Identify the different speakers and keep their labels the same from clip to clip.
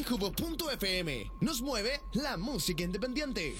Speaker 1: Incubo.fm nos mueve la música independiente.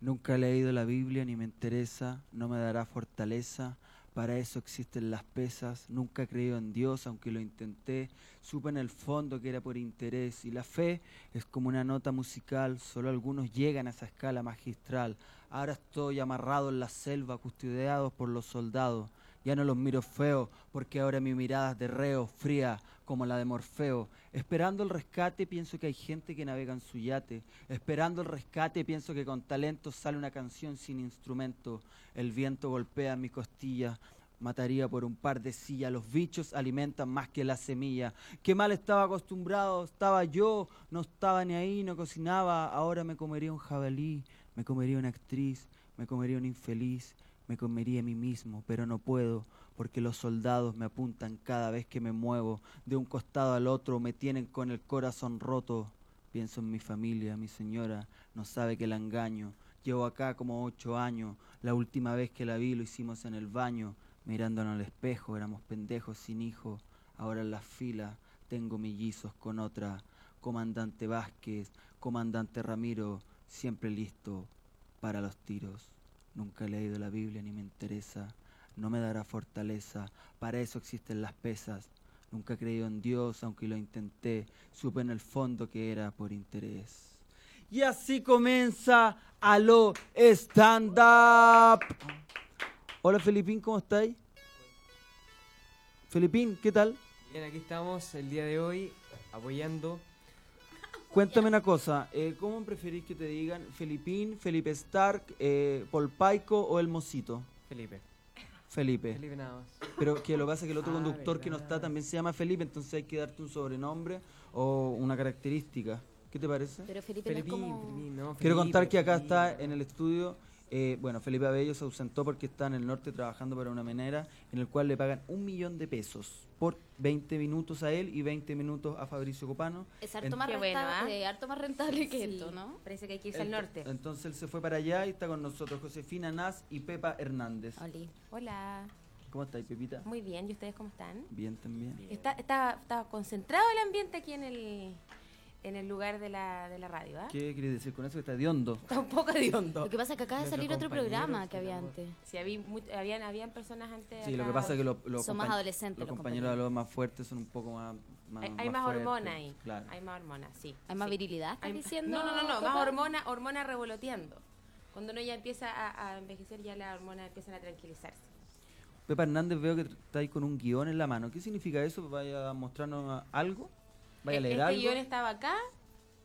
Speaker 2: Nunca he leído la Biblia ni me interesa, no me dará fortaleza. Para eso existen las pesas. Nunca he creído en Dios, aunque lo intenté. Supe en el fondo que era por interés. Y la fe es como una nota musical. Solo algunos llegan a esa escala magistral. Ahora estoy amarrado en la selva, custodiado por los soldados. Ya no los miro feo, porque ahora mi mirada es de reo, fría, como la de Morfeo. Esperando el rescate pienso que hay gente que navega en su yate. Esperando el rescate pienso que con talento sale una canción sin instrumento. El viento golpea en mi costilla. Mataría por un par de sillas, los bichos alimentan más que la semilla. Qué mal estaba acostumbrado, estaba yo, no estaba ni ahí, no cocinaba. Ahora me comería un jabalí, me comería una actriz, me comería un infeliz, me comería a mí mismo, pero no puedo, porque los soldados me apuntan cada vez que me muevo, de un costado al otro me tienen con el corazón roto. Pienso en mi familia, mi señora, no sabe que la engaño. Llevo acá como ocho años, la última vez que la vi lo hicimos en el baño, mirándonos al espejo, éramos pendejos sin hijo. Ahora en la fila tengo mellizos con otra, comandante Vázquez, comandante Ramiro, siempre listo para los tiros. Nunca he leído la Biblia ni me interesa. No me dará fortaleza. Para eso existen las pesas. Nunca he creído en Dios, aunque lo intenté. Supe en el fondo que era por interés. Y así comienza Aló Stand Up. Hola Felipín, ¿cómo estáis? Felipín, ¿qué tal?
Speaker 3: Bien, aquí estamos el día de hoy apoyando.
Speaker 2: Cuéntame una cosa, eh, ¿cómo preferís que te digan Felipín, Felipe Stark, eh, Polpaico o El Mosito?
Speaker 3: Felipe.
Speaker 2: Felipe.
Speaker 3: Felipe nada más.
Speaker 2: Pero que lo que pasa es que el otro
Speaker 3: Ah,
Speaker 2: conductor que no está
Speaker 3: verdad.
Speaker 2: también se llama Felipe, entonces hay que darte un sobrenombre o una característica. ¿Qué te parece?
Speaker 4: Pero Felipe,
Speaker 3: Felipín,
Speaker 4: no es como...
Speaker 3: Felipín, no,
Speaker 2: Quiero
Speaker 3: Felipe,
Speaker 2: contar que acá
Speaker 3: Felipe.
Speaker 2: está en el estudio, eh, bueno, Felipe Abello se ausentó porque está en el norte trabajando para una minera en el cual le pagan un millón de pesos por 20 minutos a él y 20 minutos a Fabricio Copano.
Speaker 4: Es harto, más
Speaker 5: Qué bueno,
Speaker 4: rentable,
Speaker 5: ¿ah?
Speaker 4: eh, harto más rentable que
Speaker 5: Sí,
Speaker 4: esto, ¿no?
Speaker 5: Parece que hay que irse al
Speaker 2: Ento-
Speaker 5: norte.
Speaker 2: Entonces él se fue para allá y está con nosotros Josefina Nas y Pepa Hernández.
Speaker 4: Oli.
Speaker 5: Hola.
Speaker 2: ¿Cómo estáis, Pepita?
Speaker 5: Muy bien, ¿y ustedes cómo están?
Speaker 2: Bien también.
Speaker 5: Está, está, está concentrado el ambiente aquí en el, en el lugar de la, de la radio, ¿ah?
Speaker 2: ¿Qué querés decir con eso? Que está de hondo.
Speaker 5: Está un poco de hondo.
Speaker 4: Lo que pasa es que acaba de
Speaker 3: Nuestros
Speaker 4: salir otro
Speaker 3: compañeros,
Speaker 4: programa que
Speaker 3: el
Speaker 4: había
Speaker 3: amor.
Speaker 4: antes.
Speaker 5: Sí, habí much- habían, habían personas antes.
Speaker 2: Sí, lo que
Speaker 5: acá.
Speaker 2: pasa es que los, los
Speaker 4: Son más
Speaker 2: compañ-
Speaker 4: adolescentes
Speaker 2: los
Speaker 4: los
Speaker 2: compañeros de los más fuertes son un poco más. más
Speaker 5: Hay, hay más,
Speaker 2: fuertes,
Speaker 5: hormona ahí.
Speaker 2: Claro.
Speaker 5: Hay más hormona, sí.
Speaker 4: Hay más
Speaker 5: sí.
Speaker 4: virilidad,
Speaker 5: Hay-
Speaker 4: estás diciendo.
Speaker 5: No, no, no, no, más
Speaker 4: Coco?
Speaker 5: hormona, hormona revoloteando. Cuando uno ya empieza a, a envejecer, ya las hormonas empiezan a tranquilizarse.
Speaker 2: Pepa Hernández, veo que está ahí con un guión en la mano. ¿Qué significa eso? ¿Vaya a mostrarnos algo? ¿Vaya a
Speaker 5: E-
Speaker 2: leer
Speaker 5: este
Speaker 2: algo?
Speaker 5: guión estaba acá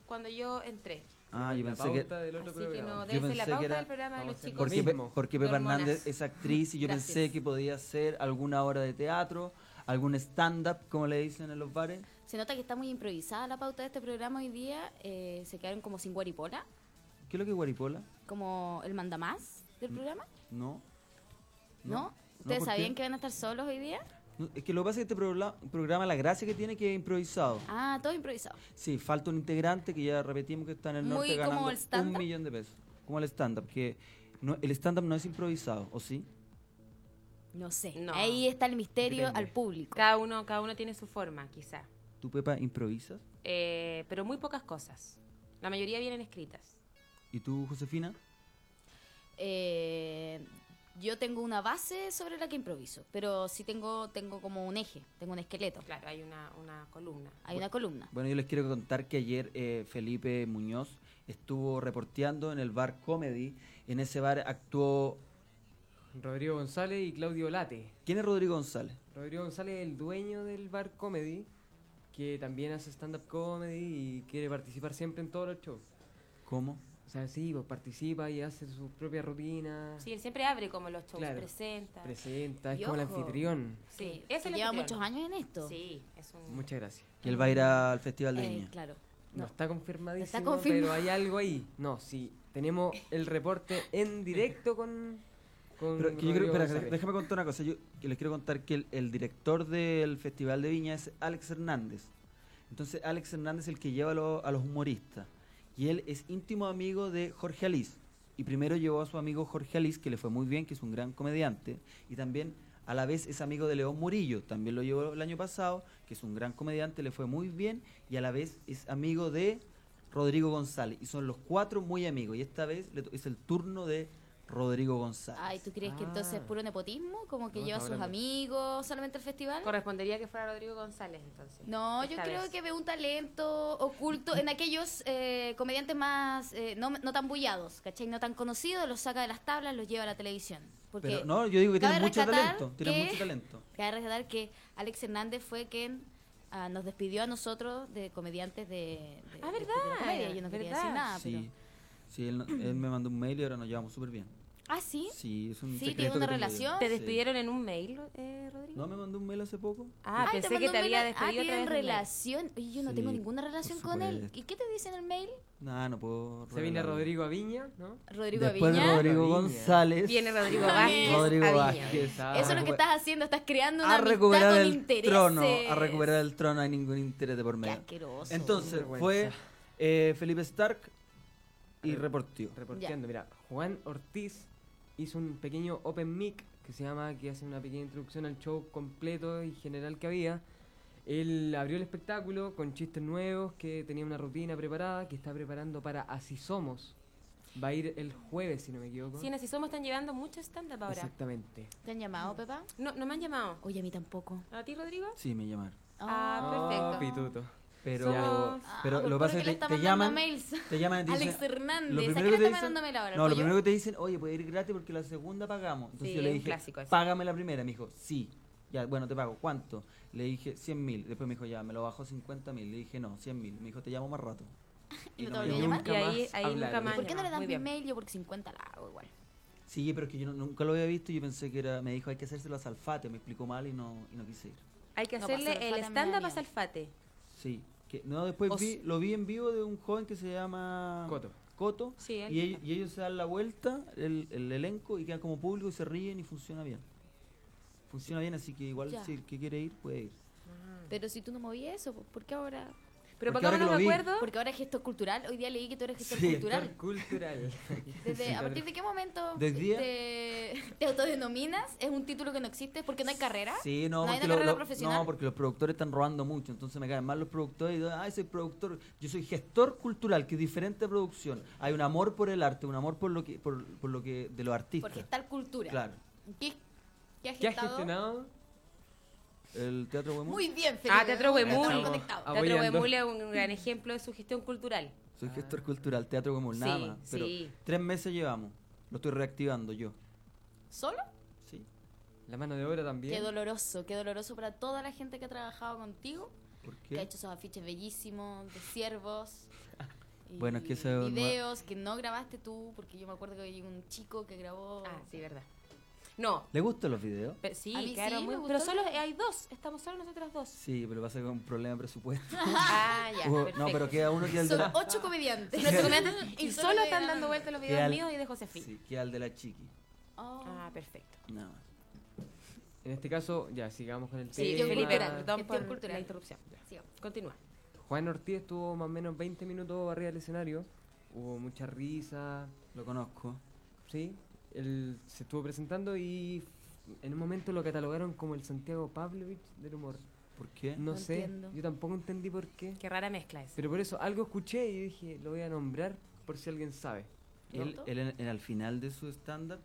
Speaker 5: cuando yo entré.
Speaker 2: Ah, yo
Speaker 3: La
Speaker 2: pensé que.
Speaker 3: pauta del otro
Speaker 5: Así que no,
Speaker 3: programa.
Speaker 2: Yo
Speaker 5: debe ser
Speaker 2: pensé
Speaker 5: la
Speaker 2: que
Speaker 5: pauta
Speaker 2: era-
Speaker 5: del programa de
Speaker 3: Vamos
Speaker 5: los
Speaker 3: a hacer
Speaker 5: chicos.
Speaker 2: Porque,
Speaker 3: Lo mismo.
Speaker 2: porque Pepa
Speaker 5: Hormonas.
Speaker 2: Hernández es actriz y yo
Speaker 5: Gracias.
Speaker 2: pensé que podía hacer alguna obra de teatro, algún stand-up, como le dicen en los bares.
Speaker 4: Se nota que está muy improvisada la pauta de este programa hoy día. eh, se quedaron como sin guaripola,
Speaker 2: ¿Qué es lo que es Guaripola?
Speaker 4: como el mandamás del programa,
Speaker 2: No.
Speaker 4: ¿no? ¿Ustedes
Speaker 2: ¿por qué?
Speaker 4: sabían que van a estar solos hoy día?
Speaker 2: No, Es que lo que pasa es que este progla- programa, la gracia que tiene es que es improvisado.
Speaker 4: Ah, todo improvisado.
Speaker 2: Sí, falta un integrante que ya repetimos que está en el
Speaker 4: Muy
Speaker 2: norte
Speaker 4: como
Speaker 2: ganando
Speaker 4: el stand-up.
Speaker 2: un millón de pesos. Como el stand-up, que no, el stand-up no es improvisado, ¿o sí?
Speaker 4: No sé.
Speaker 5: No.
Speaker 4: Ahí está el misterio
Speaker 3: Depende.
Speaker 4: al público.
Speaker 5: Cada uno, cada uno tiene su forma, quizá.
Speaker 2: ¿Tú, Pepa, improvisas?
Speaker 5: Eh, pero muy pocas cosas. La mayoría vienen escritas.
Speaker 2: ¿Y tú, Josefina?
Speaker 4: Eh, yo tengo una base sobre la que improviso, pero sí tengo, tengo como un eje, tengo un esqueleto.
Speaker 5: Claro, hay una, una columna.
Speaker 4: Hay una columna.
Speaker 2: Bueno, yo les quiero contar que ayer eh, Felipe Muñoz estuvo reporteando en el bar Comedy. En ese bar actuó...
Speaker 3: Rodrigo González y Claudio Late.
Speaker 2: ¿Quién es Rodrigo González?
Speaker 3: Rodrigo González es el dueño del bar comedy, que también hace stand-up comedy y quiere participar siempre en todos los shows.
Speaker 2: ¿Cómo?
Speaker 3: O sea, sí, pues participa y hace su propia
Speaker 4: Ah.
Speaker 3: rutina,
Speaker 5: Sí, él siempre abre como los shows,
Speaker 3: Claro.
Speaker 5: presenta.
Speaker 3: presenta, es
Speaker 4: Y
Speaker 3: como el
Speaker 4: ojo.
Speaker 3: anfitrión.
Speaker 5: sí,
Speaker 4: Que
Speaker 5: es el
Speaker 4: lleva
Speaker 5: anfitrión.
Speaker 4: muchos años en esto.
Speaker 5: Sí, es un...
Speaker 3: Muchas gracias.
Speaker 2: Y él va a ir al Festival de
Speaker 4: Eh,
Speaker 2: Viña.
Speaker 4: claro.
Speaker 3: No,
Speaker 4: No.
Speaker 3: está confirmadísimo,
Speaker 4: Está
Speaker 3: pero
Speaker 4: confirmado.
Speaker 3: hay algo ahí. No, sí, tenemos el reporte en directo con... con
Speaker 2: Pero que yo creo-
Speaker 3: Rodrigo
Speaker 2: espera,
Speaker 3: González.
Speaker 2: déjame contar una cosa. Yo que les quiero contar que el, el director del Festival de Viña es Alex Hernández. Entonces, Alex Hernández es el que lleva a, lo- a los humoristas. Y él es íntimo amigo de Jorge Alice. Y primero llevó a su amigo Jorge Alice, que le fue muy bien, que es un gran comediante. Y también A la vez es amigo de León Murillo, también lo llevó el año pasado, que es un gran comediante, le fue muy bien, y a la vez es amigo de Rodrigo González. Y son los cuatro muy amigos, y esta vez le to- es el turno de Rodrigo González.
Speaker 4: Ay, ¿tú crees que entonces es
Speaker 3: Ah.
Speaker 4: puro nepotismo? Como que
Speaker 3: No,
Speaker 4: lleva a
Speaker 3: está
Speaker 4: sus
Speaker 3: hablando.
Speaker 4: amigos solamente al festival.
Speaker 5: Correspondería que fuera Rodrigo González, entonces.
Speaker 4: No, yo
Speaker 5: Esta
Speaker 4: creo
Speaker 5: vez.
Speaker 4: que ve un talento oculto en aquellos eh, comediantes más eh, no, no tan bullados, ¿cachai? No tan conocidos, los saca de las tablas, los lleva a la televisión. Porque
Speaker 2: Pero no, yo digo que tiene
Speaker 4: cabe
Speaker 2: mucho
Speaker 4: rescatar
Speaker 2: talento, tiene
Speaker 4: que-
Speaker 2: mucho talento.
Speaker 4: Cabe rescatar que Alex Hernández fue quien ah, nos despidió a nosotros de comediantes de, de-
Speaker 5: Ah,
Speaker 4: de
Speaker 5: ¿verdad?
Speaker 4: Futuro Comedia. Yo no quería
Speaker 5: ¿Verdad?
Speaker 4: decir nada,
Speaker 2: sí,
Speaker 4: pero...
Speaker 2: sí, él, no- él me mandó un mail y ahora nos llevamos súper bien.
Speaker 4: ¿Ah, sí?
Speaker 2: Sí, es un
Speaker 4: Sí,
Speaker 2: secreto
Speaker 4: ¿tiene
Speaker 2: que tengo
Speaker 4: una
Speaker 2: yo.
Speaker 4: relación?
Speaker 5: ¿Te
Speaker 2: Sí.
Speaker 5: despidieron en un mail, eh, Rodrigo?
Speaker 2: No, me mandó un mail hace poco.
Speaker 5: Ah,
Speaker 4: Ay, te
Speaker 5: pensé
Speaker 4: mandó
Speaker 5: que
Speaker 4: un
Speaker 5: te
Speaker 4: mail
Speaker 5: había
Speaker 4: a-
Speaker 5: despedido
Speaker 4: Ah,
Speaker 5: a través
Speaker 4: tienen
Speaker 5: de un mail.
Speaker 4: relación. Oye, yo no
Speaker 2: Sí,
Speaker 4: tengo ninguna
Speaker 2: por
Speaker 4: relación con él.
Speaker 2: supuesto.
Speaker 4: ¿Y qué te dice en el mail?
Speaker 2: Nada, no puedo.
Speaker 3: Se viene
Speaker 2: revelarlo.
Speaker 3: Rodrigo Aviña, ¿no?
Speaker 4: Rodrigo
Speaker 2: Después de
Speaker 4: Aviña.
Speaker 2: Rodrigo
Speaker 3: Aviña.
Speaker 2: González.
Speaker 5: Viene Rodrigo
Speaker 4: También.
Speaker 5: Vázquez.
Speaker 2: Rodrigo
Speaker 5: Aviña.
Speaker 2: Vázquez. ah,
Speaker 3: Eso
Speaker 4: Eso es lo que estás haciendo, estás creando una
Speaker 2: A
Speaker 4: amistad
Speaker 2: recuperar
Speaker 4: con eh.
Speaker 2: el
Speaker 4: intereses.
Speaker 2: trono. A recuperar el trono. Hay ningún interés de por
Speaker 4: Qué
Speaker 2: medio.
Speaker 4: asqueroso.
Speaker 2: Entonces
Speaker 3: Vergüenza.
Speaker 2: fue eh, Felipe Stark y
Speaker 3: Re-
Speaker 2: reportió.
Speaker 3: Reporteando, mira, Juan Ortiz hizo un pequeño open mic que se llama, que hace una pequeña introducción al show completo y general que había. Él abrió el espectáculo con chistes nuevos, que tenía una rutina preparada, que está preparando para Así Somos. Va a ir el jueves, si no me equivoco.
Speaker 5: Sí, en Así Somos están llevando mucho stand-up ahora.
Speaker 3: Exactamente.
Speaker 4: ¿Te han llamado, Pepa?
Speaker 5: No, no me han llamado.
Speaker 4: Oye, a mí tampoco.
Speaker 5: ¿A ti, Rodrigo?
Speaker 2: Sí, me llamaron.
Speaker 5: Ah,
Speaker 3: Ah,
Speaker 5: perfecto.
Speaker 3: pituto.
Speaker 2: Pero,
Speaker 5: Somos- Ah, pues
Speaker 2: pero lo que pasa es que te, te llaman. Te llaman y te
Speaker 4: Alex
Speaker 2: dicen-
Speaker 4: Hernández,
Speaker 2: lo
Speaker 4: ¿a
Speaker 2: primero
Speaker 4: quién
Speaker 2: que te
Speaker 4: está
Speaker 2: dicen-
Speaker 4: mandando mail ahora,
Speaker 2: No, lo
Speaker 4: Pollo?
Speaker 2: primero que te dicen, oye, puede ir gratis porque la segunda pagamos. Entonces
Speaker 5: Sí,
Speaker 2: yo le
Speaker 5: es un
Speaker 2: dije,
Speaker 5: clásico ese.
Speaker 2: págame la primera. Me dijo, sí. Ya, bueno, te pago. ¿Cuánto? Le dije, 100 mil. Después me dijo, ya, me lo bajó 50 mil. Le dije, no, 100 mil. Me dijo, te llamo más rato.
Speaker 4: ¿Y no te
Speaker 2: me
Speaker 4: volvió a
Speaker 2: llamó.
Speaker 4: llamar?
Speaker 5: Y ahí,
Speaker 3: más
Speaker 5: ahí
Speaker 3: hablaron.
Speaker 5: nunca más.
Speaker 4: ¿Por qué no le
Speaker 5: llamaron.
Speaker 4: das
Speaker 5: Muy
Speaker 4: mi
Speaker 5: bien.
Speaker 4: mail? Yo por 50 la hago igual.
Speaker 2: Sí, pero es que yo no- nunca lo había visto y yo pensé que era, me dijo, hay que hacérselo a Salfate, me explicó mal y no, y no quise ir.
Speaker 5: Hay que
Speaker 4: No, para
Speaker 5: hacerle
Speaker 4: Salfate
Speaker 5: el
Speaker 4: me da
Speaker 5: stand-up a
Speaker 4: miedo.
Speaker 5: Salfate.
Speaker 2: Sí, que no, después
Speaker 4: O
Speaker 2: vi, lo vi en vivo de un joven que se llama
Speaker 3: Coto.
Speaker 2: Coto,
Speaker 5: Sí, él.
Speaker 2: y, ellos, y ellos se dan la vuelta, el, el elenco, y quedan como público y se ríen y funciona bien. Funciona bien, así que igual
Speaker 4: Ya.
Speaker 2: si el que quiere ir, puede ir.
Speaker 4: Pero si tú no movías eso, ¿por qué ahora?
Speaker 5: Pero
Speaker 2: Porque ahora
Speaker 5: pongámonos de
Speaker 2: que lo vi-
Speaker 5: acuerdo.
Speaker 4: Porque ahora es gestor cultural. Hoy día leí que tú eres gestor
Speaker 2: Sí,
Speaker 4: cultural.
Speaker 3: Cultural.
Speaker 4: Desde, ¿A partir de qué momento
Speaker 2: ¿Desde día?
Speaker 4: te, te autodenominas? ¿Es un título que no existe? ¿Porque no hay carrera?
Speaker 2: Sí, no,
Speaker 4: ¿No hay
Speaker 2: porque
Speaker 4: una
Speaker 2: lo-
Speaker 4: carrera
Speaker 2: lo-
Speaker 4: profesional?
Speaker 2: no, porque los productores están robando mucho, entonces me caen mal los productores. Y digo, ah, ese productor, yo soy gestor cultural, que es diferente a producción. Hay un amor por el arte, un amor por lo que, por, por lo que de los artistas.
Speaker 4: Porque está cultura.
Speaker 2: Claro.
Speaker 4: ¿Qué, qué has
Speaker 3: ¿Qué has
Speaker 4: gestado?
Speaker 3: gestionado?
Speaker 2: El teatro Huemul.
Speaker 4: Muy bien, Felipe.
Speaker 5: Ah, Teatro
Speaker 4: Muy bien,
Speaker 5: Huemul.
Speaker 4: estamos
Speaker 2: Ah,
Speaker 4: conectados.
Speaker 5: Teatro
Speaker 3: Apoyando.
Speaker 5: Huemul es un gran ejemplo de su gestión cultural.
Speaker 2: Soy gestor cultural, teatro Huemul,
Speaker 5: Ah. Sí,
Speaker 2: nada más. Pero
Speaker 5: sí.
Speaker 2: tres meses llevamos. Lo estoy reactivando yo.
Speaker 4: ¿Solo?
Speaker 2: Sí.
Speaker 3: La mano de obra también.
Speaker 4: Qué doloroso, qué doloroso para toda la gente que ha trabajado contigo,
Speaker 2: ¿Por
Speaker 4: que ha
Speaker 2: qué?
Speaker 4: hecho esos afiches bellísimos de siervos. y
Speaker 2: Bueno, es que eso es un-
Speaker 4: Videos que no grabaste tú, porque yo me acuerdo que hay un chico que grabó.
Speaker 5: Ah, sí, verdad. No,
Speaker 2: ¿Le gustan los videos?
Speaker 5: pero sí,
Speaker 4: A mí Ah, sí,
Speaker 5: claro.
Speaker 4: me
Speaker 5: muy-
Speaker 4: gustó
Speaker 5: pero
Speaker 4: el
Speaker 5: solo eh,
Speaker 4: video.
Speaker 5: hay dos. Estamos solo nosotras dos.
Speaker 2: Sí, pero pasa con un problema de presupuesto.
Speaker 5: Ah, ya.
Speaker 2: Hubo-
Speaker 5: perfecto.
Speaker 2: no, pero queda uno que es el de
Speaker 4: Son
Speaker 2: la,
Speaker 4: ocho comediantes.
Speaker 5: Nuestros comediantes- y solo
Speaker 4: le
Speaker 5: están
Speaker 4: ganaron.
Speaker 5: dando vuelta los
Speaker 2: Qué
Speaker 5: videos
Speaker 2: al-
Speaker 5: míos y de Josefina.
Speaker 2: sí, queda el de la chiqui.
Speaker 4: Oh.
Speaker 5: Ah, perfecto.
Speaker 2: Nada más.
Speaker 3: En este caso, ya, sigamos con el
Speaker 5: Sí,
Speaker 4: yo
Speaker 3: tema.
Speaker 5: Felipe,
Speaker 4: cultural.
Speaker 5: perdón
Speaker 4: Gestión
Speaker 5: por
Speaker 4: cultural.
Speaker 5: la interrupción.
Speaker 4: Sí, oh.
Speaker 5: Continúa.
Speaker 3: Juan Ortiz estuvo más o menos 20 minutos arriba del escenario. Hubo mucha risa,
Speaker 2: Lo conozco.
Speaker 3: ¿sí? Él se estuvo presentando y en un momento lo catalogaron como el Santiago Pavlovich del humor.
Speaker 2: ¿Por qué?
Speaker 3: No,
Speaker 4: No
Speaker 3: sé,
Speaker 4: entiendo.
Speaker 3: yo tampoco entendí por qué.
Speaker 5: Qué rara mezcla es.
Speaker 3: Pero por eso algo escuché y dije, lo voy a nombrar por si alguien sabe.
Speaker 2: Él, él en- en- al final de su stand-up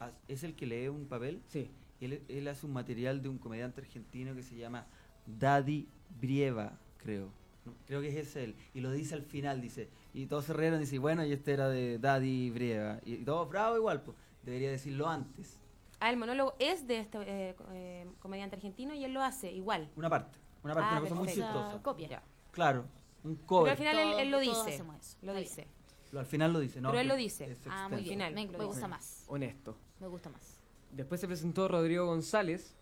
Speaker 2: ha- es el que lee un papel.
Speaker 3: Sí,
Speaker 2: Él, él hace un material de un comediante argentino que se llama Daddy Brieva, creo. No, Creo que es ese él. Y lo dice al final, dice. Y todos se rieron y dice, bueno, y este era de Daddy Brieva. Y, y todos bravo igual, pues. Debería decirlo antes.
Speaker 5: Ah, el monólogo es de este eh, co- eh, comediante argentino y él lo hace igual.
Speaker 2: Una parte. Una parte,
Speaker 5: Ah,
Speaker 2: una cosa muy
Speaker 5: perfecto.
Speaker 2: chistosa.
Speaker 4: Copia.
Speaker 5: Ya.
Speaker 2: Claro, un
Speaker 5: Pero
Speaker 2: cover.
Speaker 5: al final él, él lo
Speaker 4: Todos- todos
Speaker 5: dice.
Speaker 4: hacemos eso.
Speaker 5: Lo
Speaker 4: Está
Speaker 5: dice.
Speaker 2: Lo- al final lo dice, ¿no?
Speaker 5: Pero él lo
Speaker 2: que
Speaker 5: dice.
Speaker 2: es
Speaker 4: Ah, muy bien.
Speaker 2: extenso.
Speaker 5: Final,
Speaker 4: me,
Speaker 5: lo
Speaker 4: me
Speaker 5: dice.
Speaker 4: gusta más.
Speaker 3: honesto.
Speaker 4: Me gusta más.
Speaker 3: Después se presentó Rodrigo González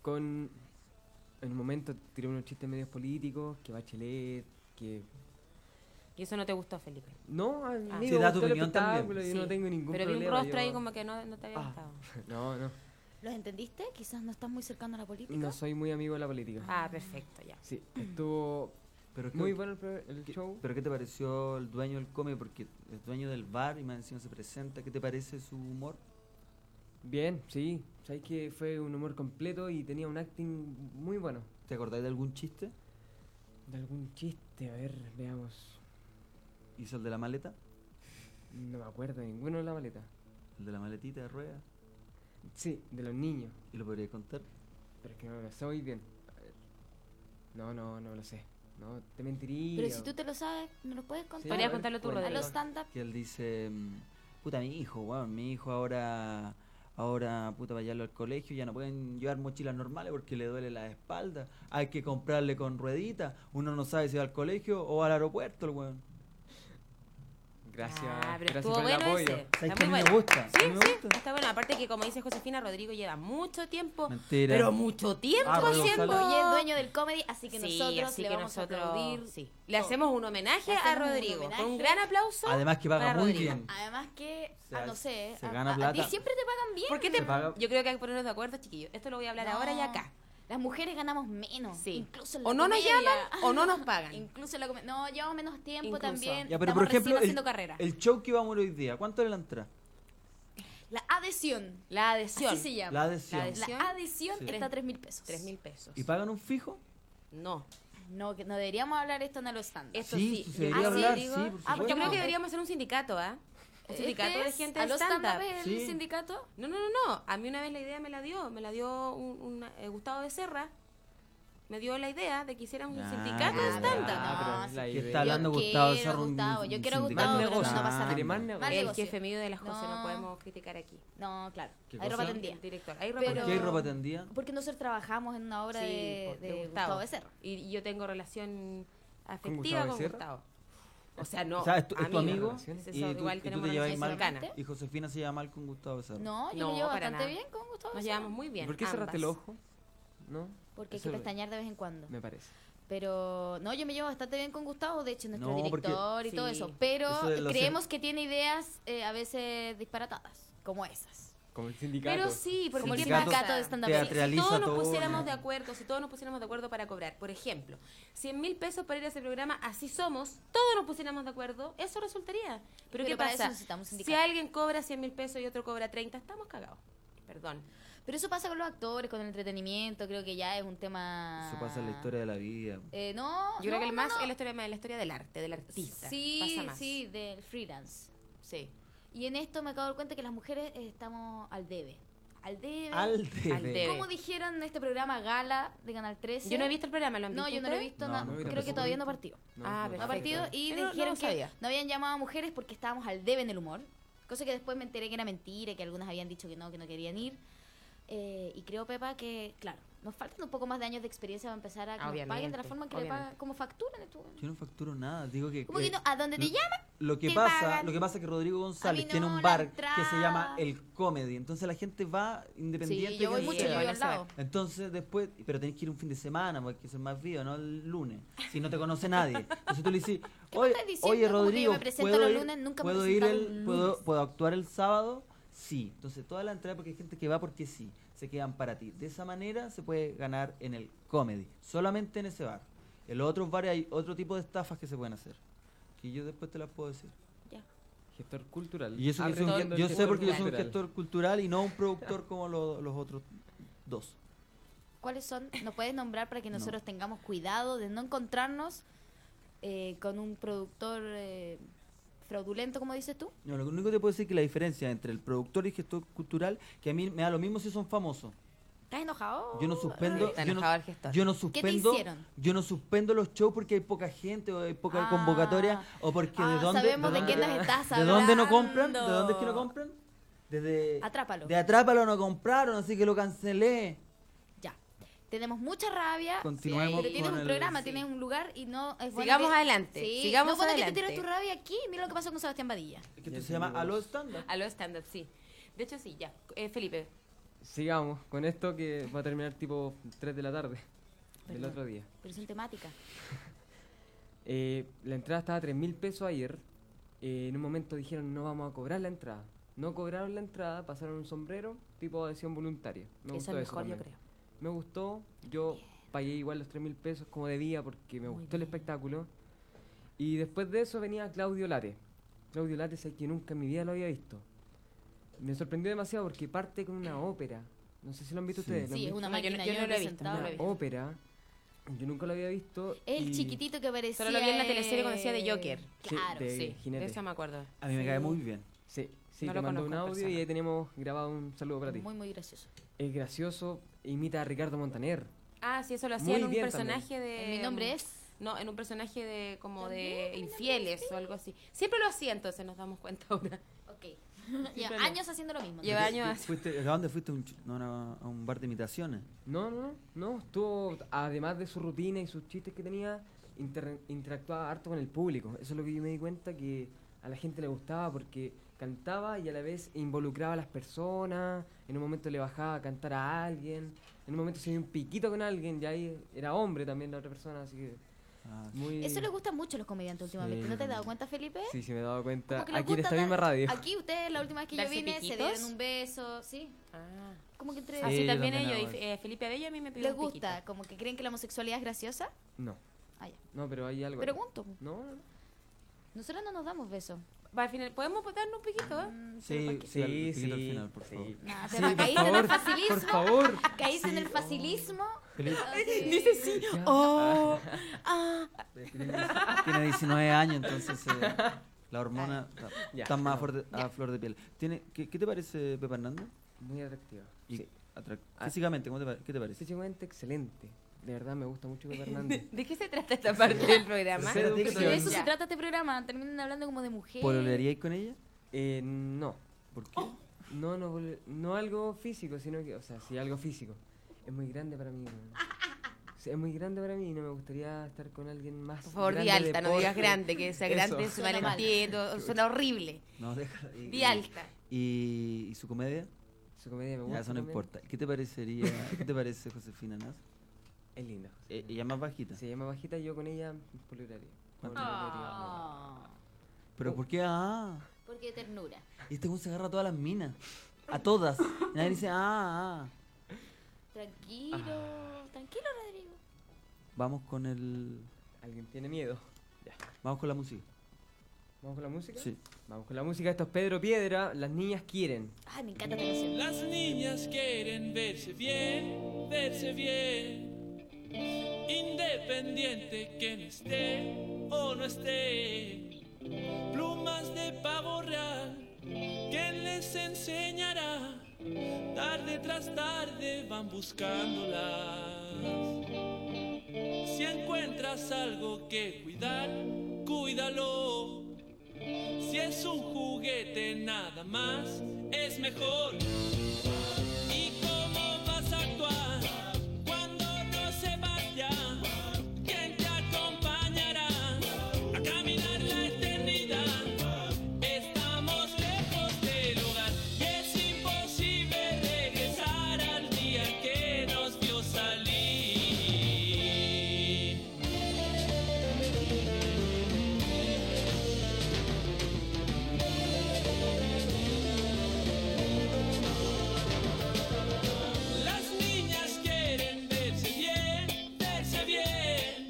Speaker 3: con... En un momento tiró unos chistes medios políticos, que Bachelet, que...
Speaker 5: Y eso no te gustó, Felipe.
Speaker 3: No, a mí
Speaker 5: Ah.
Speaker 3: me
Speaker 2: Sí, da tu
Speaker 3: gustó el
Speaker 2: opinión también.
Speaker 3: espectáculo, yo
Speaker 5: Sí.
Speaker 3: no tengo ningún
Speaker 5: Pero vi
Speaker 3: problema.
Speaker 5: un rostro
Speaker 3: yo-
Speaker 5: ahí como que no, no te había
Speaker 3: Ah.
Speaker 5: gustado.
Speaker 3: No, no.
Speaker 4: ¿Los entendiste? Quizás no estás muy cercano a la política.
Speaker 3: No soy muy amigo de la política.
Speaker 5: Ah, perfecto, ya.
Speaker 3: Sí, estuvo
Speaker 2: Pero es que-
Speaker 3: muy bueno el, pro- el
Speaker 2: ¿Qué-
Speaker 3: show.
Speaker 2: ¿Pero qué te pareció el dueño del cómic? Porque es dueño del bar y más encima se presenta. ¿Qué te parece su humor?
Speaker 3: Bien, sí. Sabéis que fue un humor completo y tenía un acting muy bueno.
Speaker 2: ¿Te acordáis de algún chiste?
Speaker 3: De algún chiste, a ver, veamos.
Speaker 2: ¿Hizo el de la maleta?
Speaker 3: No me acuerdo de ninguno de la maleta.
Speaker 2: ¿El de la maletita de rueda?
Speaker 3: Sí, de los niños.
Speaker 2: ¿Y lo podríais contar?
Speaker 3: Pero es que no me lo sé muy bien. A ver. No, no, no me lo sé. No, te mentiría.
Speaker 4: Pero si tú te lo sabes, ¿no lo puedes
Speaker 3: Sí,
Speaker 4: contar?
Speaker 5: Podrías
Speaker 3: a ver,
Speaker 5: contarlo tú,
Speaker 3: cuéntalo.
Speaker 4: A
Speaker 5: Rodrigo.
Speaker 4: los stand-up.
Speaker 2: Que él dice, mm, puta, mi hijo, weón, mi hijo ahora, ahora, puta, va a llevarlo al colegio, ya no pueden llevar mochilas normales porque le duele la espalda, hay que comprarle con rueditas, uno no sabe si va al colegio o al aeropuerto, el weón.
Speaker 3: Gracias.
Speaker 5: Ah, pero
Speaker 3: gracias
Speaker 5: estuvo
Speaker 3: por el
Speaker 5: bueno
Speaker 3: apoyo.
Speaker 5: ese.
Speaker 2: ¿Sabes
Speaker 5: Está
Speaker 2: que a
Speaker 5: muy
Speaker 2: mí me
Speaker 5: bueno.
Speaker 2: gusta?
Speaker 5: Sí,
Speaker 2: a mí me
Speaker 5: sí,
Speaker 2: gusta.
Speaker 5: está bueno. Aparte que como dice Josefina, Rodrigo lleva mucho tiempo,
Speaker 2: Mentira.
Speaker 5: pero mucho tiempo
Speaker 2: Ah, Rodrigo
Speaker 5: haciendo...
Speaker 2: Sala.
Speaker 4: Oye, es dueño del comedy, así que
Speaker 5: Sí,
Speaker 4: nosotros
Speaker 5: así
Speaker 4: le
Speaker 5: que
Speaker 4: vamos
Speaker 5: nosotros-
Speaker 4: a aplaudir.
Speaker 5: sí. Le hacemos un homenaje
Speaker 4: Le
Speaker 5: a
Speaker 4: hacemos un
Speaker 5: Rodrigo,
Speaker 4: homenaje.
Speaker 5: con un gran aplauso.
Speaker 2: Además que paga
Speaker 5: para
Speaker 2: muy
Speaker 5: Rodrigo. Ah,
Speaker 2: bien.
Speaker 4: Además que,
Speaker 2: Se
Speaker 4: ah,
Speaker 2: ha-
Speaker 4: no sé,
Speaker 2: se
Speaker 4: a-
Speaker 2: gana
Speaker 4: a- A, ti
Speaker 2: plata.
Speaker 4: siempre te pagan bien.
Speaker 5: ¿Por qué te...
Speaker 2: Se paga-
Speaker 5: Yo creo que hay que ponernos de acuerdo, chiquillos. Esto lo voy a hablar
Speaker 4: No.
Speaker 5: ahora y acá.
Speaker 4: Las mujeres ganamos menos.
Speaker 5: Sí.
Speaker 4: Incluso en la
Speaker 5: O no nos
Speaker 4: comedia.
Speaker 5: llaman o no nos pagan.
Speaker 4: Incluso en la comedia. No, llevamos menos tiempo
Speaker 5: Incluso.
Speaker 4: también.
Speaker 2: Ya, pero
Speaker 4: Estamos
Speaker 2: por ejemplo,
Speaker 4: recién
Speaker 2: el,
Speaker 4: haciendo carrera.
Speaker 2: el show que íbamos hoy día, ¿cuánto era la entrada?
Speaker 4: La adhesión.
Speaker 5: La adhesión.
Speaker 4: Así se llama.
Speaker 2: La adhesión.
Speaker 5: La adhesión.
Speaker 4: La adhesión
Speaker 2: Sí.
Speaker 4: está a 3 mil pesos.
Speaker 5: Tres mil pesos.
Speaker 2: ¿Y pagan un fijo?
Speaker 5: No.
Speaker 4: No, que- no deberíamos hablar esto en el estándar.
Speaker 5: Esto
Speaker 2: Sí,
Speaker 5: sí.
Speaker 2: se debería
Speaker 5: Ah,
Speaker 2: hablar,
Speaker 5: Rodrigo.
Speaker 2: sí, por
Speaker 5: Ah, porque
Speaker 2: supuesto.
Speaker 5: yo creo que deberíamos hacer un sindicato, ¿ah? Un sindicato de gente
Speaker 4: Este a
Speaker 5: de
Speaker 4: los
Speaker 5: stand-up.
Speaker 4: stand-up es
Speaker 2: Sí.
Speaker 4: el sindicato.
Speaker 5: No, no, no, no. A mí una vez la idea me la dio. Me la dio un, un, eh, Gustavo Becerra. Me dio la idea de que hiciéramos
Speaker 2: Ah,
Speaker 5: un sindicato de
Speaker 4: ya.
Speaker 5: stand-up.
Speaker 3: Ah, pero
Speaker 4: No,
Speaker 3: es la
Speaker 2: Que
Speaker 3: idea.
Speaker 2: está hablando
Speaker 4: Yo
Speaker 2: Gustavo
Speaker 4: quiero
Speaker 2: Cerro, un-
Speaker 4: Gustavo, yo
Speaker 2: un
Speaker 4: quiero
Speaker 2: sindicato.
Speaker 4: Gustavo,
Speaker 3: Más
Speaker 4: pero no
Speaker 3: negocio.
Speaker 4: pasa nada.
Speaker 3: Quiere más negocio.
Speaker 4: Más
Speaker 5: El
Speaker 4: negocio.
Speaker 5: jefe medio de las cosas
Speaker 4: No.
Speaker 5: no podemos criticar aquí.
Speaker 4: No, claro.
Speaker 2: ¿Qué
Speaker 4: Hay ropa
Speaker 2: cosa?
Speaker 4: tendida.
Speaker 5: El director. Ahí
Speaker 4: Pero-
Speaker 2: ¿Por qué hay ropa tendida?
Speaker 4: Porque nosotros trabajamos en una obra
Speaker 5: Sí,
Speaker 4: de,
Speaker 5: por-
Speaker 4: de Gustavo Becerra.
Speaker 5: Y, y yo tengo relación afectiva
Speaker 3: Gustavo
Speaker 5: con Gustavo.
Speaker 3: Becerra?
Speaker 5: O sea, Ah, no.
Speaker 2: O sea, es tu- es tu amigo,
Speaker 5: Es eso,
Speaker 2: Y tú,
Speaker 5: igual
Speaker 2: y tú
Speaker 5: tenemos
Speaker 2: te
Speaker 5: una
Speaker 2: lleváis
Speaker 5: relación
Speaker 2: mal.
Speaker 5: cercana.
Speaker 4: cercana.
Speaker 2: Y Josefina se lleva mal con Gustavo Becerra.
Speaker 4: No, yo
Speaker 5: No,
Speaker 4: me llevo
Speaker 5: para
Speaker 4: bastante
Speaker 5: nada.
Speaker 4: bien con
Speaker 5: Nos
Speaker 4: Gustavo Becerra.
Speaker 5: llevamos muy bien.
Speaker 3: ¿Por qué cerraste el
Speaker 5: ambas.
Speaker 3: ojo? ¿No?
Speaker 4: Porque hay que
Speaker 3: Eso
Speaker 4: pestañear de vez en cuando.
Speaker 3: Me parece.
Speaker 4: Pero no, yo me llevo bastante bien con Gustavo, de hecho, nuestro
Speaker 2: No, porque-
Speaker 4: director y todo
Speaker 5: Sí.
Speaker 4: eso. Pero
Speaker 2: Eso de los-
Speaker 4: creemos que tiene ideas eh, a veces disparatadas, como esas.
Speaker 3: Como el sindicato.
Speaker 5: Pero sí, porque
Speaker 4: Como el
Speaker 5: ¿qué
Speaker 2: sindicato
Speaker 5: pasa?
Speaker 4: sindicato de stand-up.
Speaker 2: teatral.
Speaker 5: Si
Speaker 2: Realiza
Speaker 5: todos nos
Speaker 2: todo,
Speaker 5: pusiéramos
Speaker 2: ¿no?
Speaker 5: de acuerdo, si todos nos pusiéramos de acuerdo para cobrar, por ejemplo, 100 mil pesos para ir a ese programa, así somos, todos nos pusiéramos de acuerdo, eso resultaría. Pero,
Speaker 4: Pero
Speaker 5: ¿qué
Speaker 4: para eso
Speaker 5: pasa?
Speaker 4: necesitamos un
Speaker 5: Si
Speaker 4: sindicato.
Speaker 5: alguien cobra 100 mil pesos y otro cobra 30, estamos cagados. Perdón.
Speaker 4: Pero eso pasa con los actores, con el entretenimiento, creo que ya es un tema...
Speaker 2: Eso pasa en la historia de la vida.
Speaker 4: Eh, no,
Speaker 5: Yo creo
Speaker 4: no,
Speaker 5: que el
Speaker 4: no,
Speaker 5: más
Speaker 4: no.
Speaker 5: es la historia, la historia del arte, del artista.
Speaker 4: Sí,
Speaker 5: Pasa más.
Speaker 4: sí, del freelance.
Speaker 5: Sí.
Speaker 4: Y en esto me acabo de dar cuenta que las mujeres eh, estamos al debe. Al debe.
Speaker 2: Al debe.
Speaker 5: Al debe.
Speaker 4: Como dijeron en este programa Gala de Canal 13.
Speaker 5: Yo no he visto el programa, ¿lo han
Speaker 4: No,
Speaker 5: visto
Speaker 4: yo no lo he
Speaker 5: ustedes?
Speaker 4: visto.
Speaker 2: No,
Speaker 4: na-
Speaker 2: no, yo
Speaker 4: creo que
Speaker 2: tampoco.
Speaker 4: todavía no partió.
Speaker 5: Ah,
Speaker 4: No
Speaker 5: perfecto.
Speaker 4: partido y
Speaker 5: Pero no
Speaker 4: dijeron
Speaker 5: lo
Speaker 4: que
Speaker 5: sabía.
Speaker 4: no habían llamado a mujeres porque estábamos al debe en el humor. Cosa que después me enteré que era mentira, que algunas habían dicho que no, que no querían ir. Eh, y creo, Pepa, que, claro, nos faltan un poco más de años de experiencia para empezar a que nos paguen de la
Speaker 5: Obviamente,
Speaker 4: forma en que le
Speaker 5: obviamente.
Speaker 4: pagan, como facturan esto.
Speaker 2: Yo no facturo nada, digo que... eh,
Speaker 4: Como que no, a donde te
Speaker 2: lo-
Speaker 4: llaman,
Speaker 2: Lo que
Speaker 4: te
Speaker 2: pasa,
Speaker 4: pagan.
Speaker 2: lo que pasa es que Rodrigo González
Speaker 4: A mí
Speaker 2: tiene
Speaker 4: no,
Speaker 2: un
Speaker 4: la
Speaker 2: bar
Speaker 4: entrada.
Speaker 2: que se llama El Comedy, entonces la gente va independiente
Speaker 4: Sí, yo
Speaker 2: de
Speaker 4: voy
Speaker 2: que
Speaker 4: mucho,
Speaker 2: sea.
Speaker 4: yo
Speaker 5: van
Speaker 4: vivo
Speaker 5: a
Speaker 4: al lado.
Speaker 5: saber.
Speaker 2: Entonces después, pero tenés que ir un fin de semana, porque hay que ser más vivo, ¿no? El lunes, si no te conoce nadie. Entonces tú le dices,
Speaker 4: ¿Qué me
Speaker 2: oye,
Speaker 4: estás diciendo?
Speaker 2: oye
Speaker 4: Como que
Speaker 2: Rodrigo,
Speaker 4: yo me presento
Speaker 2: ¿puedo
Speaker 4: los
Speaker 2: ir,
Speaker 4: lunes? Nunca me he
Speaker 2: ¿puedo, ir
Speaker 4: presentado
Speaker 2: el-
Speaker 4: un
Speaker 2: ¿puedo,
Speaker 4: lunes.
Speaker 2: ¿puedo actuar el sábado? Sí. Entonces toda la entrada, porque hay gente que va porque sí, se quedan para ti. De esa manera se puede ganar en el comedy, solamente en ese bar. En los otros bares hay otro tipo de estafas que se pueden hacer, que yo después te las puedo decir.
Speaker 3: Gestor cultural.
Speaker 2: Y eso que
Speaker 3: Abre
Speaker 2: soy un
Speaker 3: todo
Speaker 2: gen-
Speaker 3: el
Speaker 2: yo sé
Speaker 3: gestor
Speaker 2: porque yo soy un
Speaker 3: cultural.
Speaker 2: gestor cultural y no un productor como lo- los otros dos.
Speaker 4: ¿Cuáles son? ¿Nos puedes nombrar para que
Speaker 2: No.
Speaker 4: nosotros tengamos cuidado de no encontrarnos eh, con un productor eh, fraudulento, como dices tú?
Speaker 2: No, lo único que te puedo decir es que la diferencia entre el productor y gestor cultural, que a mí me da lo mismo si son famosos.
Speaker 4: ¿Estás enojado?
Speaker 2: Yo no suspendo,
Speaker 5: Está
Speaker 2: yo
Speaker 5: enojado
Speaker 2: no,
Speaker 5: el gestor.
Speaker 2: yo no
Speaker 4: ¿Qué te
Speaker 2: suspendo,
Speaker 4: hicieron?
Speaker 2: yo no suspendo los shows porque hay poca gente o hay poca
Speaker 4: Ah.
Speaker 2: convocatoria o porque de
Speaker 4: Ah,
Speaker 2: dónde
Speaker 4: sabemos
Speaker 2: de,
Speaker 4: de quién
Speaker 2: dónde-
Speaker 4: nos estás
Speaker 2: de dónde no
Speaker 4: hablando.
Speaker 2: compran, de dónde es que no compran, desde
Speaker 4: Atrápalo.
Speaker 2: de atrápalo no compraron, así que lo cancelé.
Speaker 4: Ya. Tenemos mucha rabia.
Speaker 2: Continuemos
Speaker 4: Sí, Pero tienes
Speaker 2: con
Speaker 4: un
Speaker 2: el-
Speaker 4: programa,
Speaker 2: sí.
Speaker 4: tienes un lugar y no es bueno
Speaker 5: Sigamos
Speaker 4: que-
Speaker 5: adelante,
Speaker 4: Sí.
Speaker 5: sigamos
Speaker 4: no es bueno
Speaker 5: adelante.
Speaker 4: que te tiras tu rabia aquí. Mira lo que pasó con Sebastián Badilla.
Speaker 2: Es que
Speaker 3: Ya
Speaker 2: esto se llama
Speaker 3: tenemos-
Speaker 2: Aló Estándar.
Speaker 5: A lo stand-up, sí. De hecho, sí, ya. Eh, Felipe,
Speaker 3: Sigamos con esto que va a terminar tipo 3 de la tarde del
Speaker 4: Perdón.
Speaker 3: otro día.
Speaker 4: Pero son temáticas.
Speaker 3: Eh, la entrada estaba a 3 mil pesos ayer. Eh, en un momento dijeron no vamos a cobrar la entrada. No cobraron la entrada, pasaron un sombrero tipo adhesión voluntaria. Me
Speaker 5: eso
Speaker 3: gustó
Speaker 5: es mejor, yo
Speaker 3: eso también.
Speaker 5: creo.
Speaker 3: Me gustó, yo pagué igual los 3 mil pesos como debía porque me
Speaker 5: Muy
Speaker 3: gustó el espectáculo. Y después de eso venía Claudio Late. Claudio Late es el que nunca en mi vida lo había visto. Me sorprendió demasiado porque parte con una ópera, No sé si lo han visto
Speaker 2: Sí.
Speaker 3: ustedes. ¿lo han
Speaker 4: Sí, es
Speaker 3: visto?
Speaker 4: una
Speaker 5: No, yo no-
Speaker 4: máquina.
Speaker 5: yo
Speaker 4: yo
Speaker 5: no
Speaker 4: lo
Speaker 5: lo he
Speaker 4: he
Speaker 5: visto,
Speaker 4: presentado.
Speaker 5: no lo he visto.
Speaker 3: ópera. Yo nunca lo había visto.
Speaker 4: El
Speaker 3: y-
Speaker 4: chiquitito que parecía.
Speaker 5: Solo lo vi en la teleserie cuando hacía de
Speaker 4: eh,
Speaker 5: Joker.
Speaker 3: Sí,
Speaker 4: Claro,
Speaker 3: de-
Speaker 5: Sí,
Speaker 3: jinete.
Speaker 5: de eso me acuerdo.
Speaker 2: A mí me cae muy bien.
Speaker 3: Sí, sí,
Speaker 5: No
Speaker 3: te
Speaker 5: lo
Speaker 3: mandó un
Speaker 5: conozco en
Speaker 3: audio y
Speaker 5: persona.
Speaker 3: ahí tenemos grabado un saludo para ti.
Speaker 4: Muy, muy gracioso.
Speaker 3: Es gracioso, imita a Ricardo Montaner.
Speaker 5: Ah, sí, eso lo
Speaker 3: Muy
Speaker 5: hacía en un
Speaker 3: bien
Speaker 5: personaje de.
Speaker 4: Mi nombre es.
Speaker 5: No, en un personaje de como de infieles o algo así. Siempre lo hacía, entonces nos damos cuenta ahora.
Speaker 4: Ok. Lleva
Speaker 5: bueno.
Speaker 4: años haciendo lo mismo.
Speaker 5: Lleva
Speaker 4: entonces.
Speaker 5: años así.
Speaker 2: ¿Fuiste, ¿A dónde fuiste? Un ch- no, no, a un bar de imitaciones.
Speaker 3: No, no, no, no, estuvo, además de su rutina y sus chistes que tenía, inter- interactuaba harto con el público. Eso es lo que yo me di cuenta que a la gente le gustaba porque cantaba y a la vez involucraba a las personas, en un momento le bajaba a cantar a alguien, en un momento se dio un piquito con alguien y ahí era hombre también la otra persona, así que
Speaker 2: Ah,
Speaker 3: muy...
Speaker 4: Eso le gusta mucho a los comediantes últimamente.
Speaker 2: Sí.
Speaker 4: ¿No te has dado cuenta, Felipe?
Speaker 3: Sí, sí, me he dado cuenta.
Speaker 4: Como que les
Speaker 3: Aquí en
Speaker 4: gusta
Speaker 3: esta
Speaker 4: dar-
Speaker 3: misma radio.
Speaker 4: Aquí ustedes, la última vez que yo
Speaker 5: ¿Darse
Speaker 4: vine, se
Speaker 5: piquitos?
Speaker 4: dieron un beso, ¿sí?
Speaker 5: Ah,
Speaker 4: Como que entre...
Speaker 2: Sí,
Speaker 5: sí,
Speaker 2: yo
Speaker 5: también
Speaker 2: también
Speaker 5: ellos.
Speaker 2: hago
Speaker 5: y F- eh, Felipe Abello a mí me pidió
Speaker 4: les
Speaker 5: un piquito.
Speaker 4: gusta, como que creen que la homosexualidad es graciosa.
Speaker 3: No,
Speaker 4: Ah, ya.
Speaker 3: no, pero hay algo... ahí.
Speaker 4: Pregunto.
Speaker 3: No, no, no.
Speaker 4: Nosotros no nos damos Mm, besos.
Speaker 5: Va, al final, ¿podemos darnos un piquito?
Speaker 2: Sí, sí,
Speaker 3: Sí,
Speaker 2: al- el
Speaker 3: sí,
Speaker 2: piquito al final, por favor.
Speaker 3: sí.
Speaker 4: No,
Speaker 3: Sí,
Speaker 4: te va-
Speaker 3: por
Speaker 4: caíste en el
Speaker 3: favor, Por
Speaker 4: facilismo.
Speaker 3: favor.
Speaker 4: Caíste en el facilismo.
Speaker 5: Dice sí.
Speaker 3: Ya.
Speaker 5: Oh.
Speaker 2: eh, Tiene 19 años, entonces eh, la hormona está,
Speaker 3: Ya.
Speaker 2: está más a, flor de, a flor de piel. ¿Tiene, qué, qué te parece Pepa Hernández?
Speaker 3: Muy atractiva.
Speaker 2: Y
Speaker 3: Sí.
Speaker 2: atrac-
Speaker 3: Ah.
Speaker 2: Físicamente, ¿cómo te pare- ¿qué te parece?
Speaker 3: Físicamente excelente. De verdad me gusta mucho Pepe
Speaker 5: ¿De,
Speaker 3: Hernández.
Speaker 5: de qué se trata esta parte del programa?
Speaker 2: Cero
Speaker 4: Pero de eso
Speaker 2: Ya.
Speaker 4: se trata este programa. Terminan hablando como de mujer.
Speaker 2: ¿Pololearíais con ella?
Speaker 3: Eh, no.
Speaker 2: ¿Por qué?
Speaker 3: No, no, vol- no algo físico, sino que, o sea, sí, algo físico. Es muy grande para mí. weón. Sí, es muy grande para mí y no me gustaría estar con alguien más.
Speaker 5: Por favor, di
Speaker 3: grande de
Speaker 5: alta, no digas
Speaker 3: porte.
Speaker 5: grande, que sea
Speaker 3: Eso.
Speaker 5: grande es
Speaker 4: Suena mal.
Speaker 5: malentiendo, suena horrible.
Speaker 2: No, déjala. Y,
Speaker 5: Di alta.
Speaker 2: y, y su comedia?
Speaker 3: Su comedia me gusta.
Speaker 2: Ya, eso no
Speaker 3: también.
Speaker 2: importa. ¿Qué te parecería, qué te parece Josefina Nas?
Speaker 3: Es linda.
Speaker 2: Eh, ella más bajita.
Speaker 3: Se llama bajita y yo con ella poluraría.
Speaker 2: ¿Cuánto?
Speaker 4: Ah,
Speaker 2: Pero ¿por qué? Ah,
Speaker 4: Porque de ternura.
Speaker 2: y este güey se agarra a todas las minas. A todas. Y nadie dice, ah, ah.
Speaker 4: Tranquilo.
Speaker 5: Ah.
Speaker 4: Tranquilo, Rodrigo.
Speaker 2: Vamos con el...
Speaker 3: ¿Alguien tiene miedo?
Speaker 2: Vamos con la música.
Speaker 3: ¿Vamos con la música?
Speaker 2: Sí.
Speaker 3: Vamos con la música. Esto es Pedro Piedra. Las niñas quieren.
Speaker 4: Ay, me encanta esta canción.
Speaker 6: Las niñas quieren verse bien, verse bien, independiente que no esté o no esté. Plumas de pavo real, que les enseñará? Tarde tras tarde van buscándolas. Si encuentras algo que cuidar, cuídalo. Si es un juguete nada más, es mejor. ¿Y cómo vas a actuar cuando no se vaya? ¿Quién te acompañará a caminar la eternidad? Estamos lejos del hogar y es imposible regresar al día que nos vio salir. Las niñas quieren verse bien, verse bien,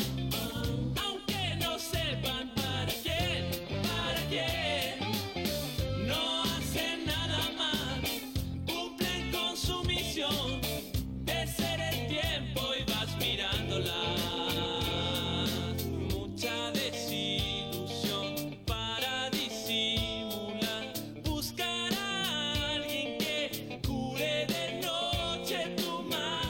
Speaker 6: aunque no sepan para quién, para quién. No hacen nada más, cumplen con su misión de ser el tiempo y vas mirándolas. Mucha desilusión para disimular, buscar a alguien que cure de noche tu mal.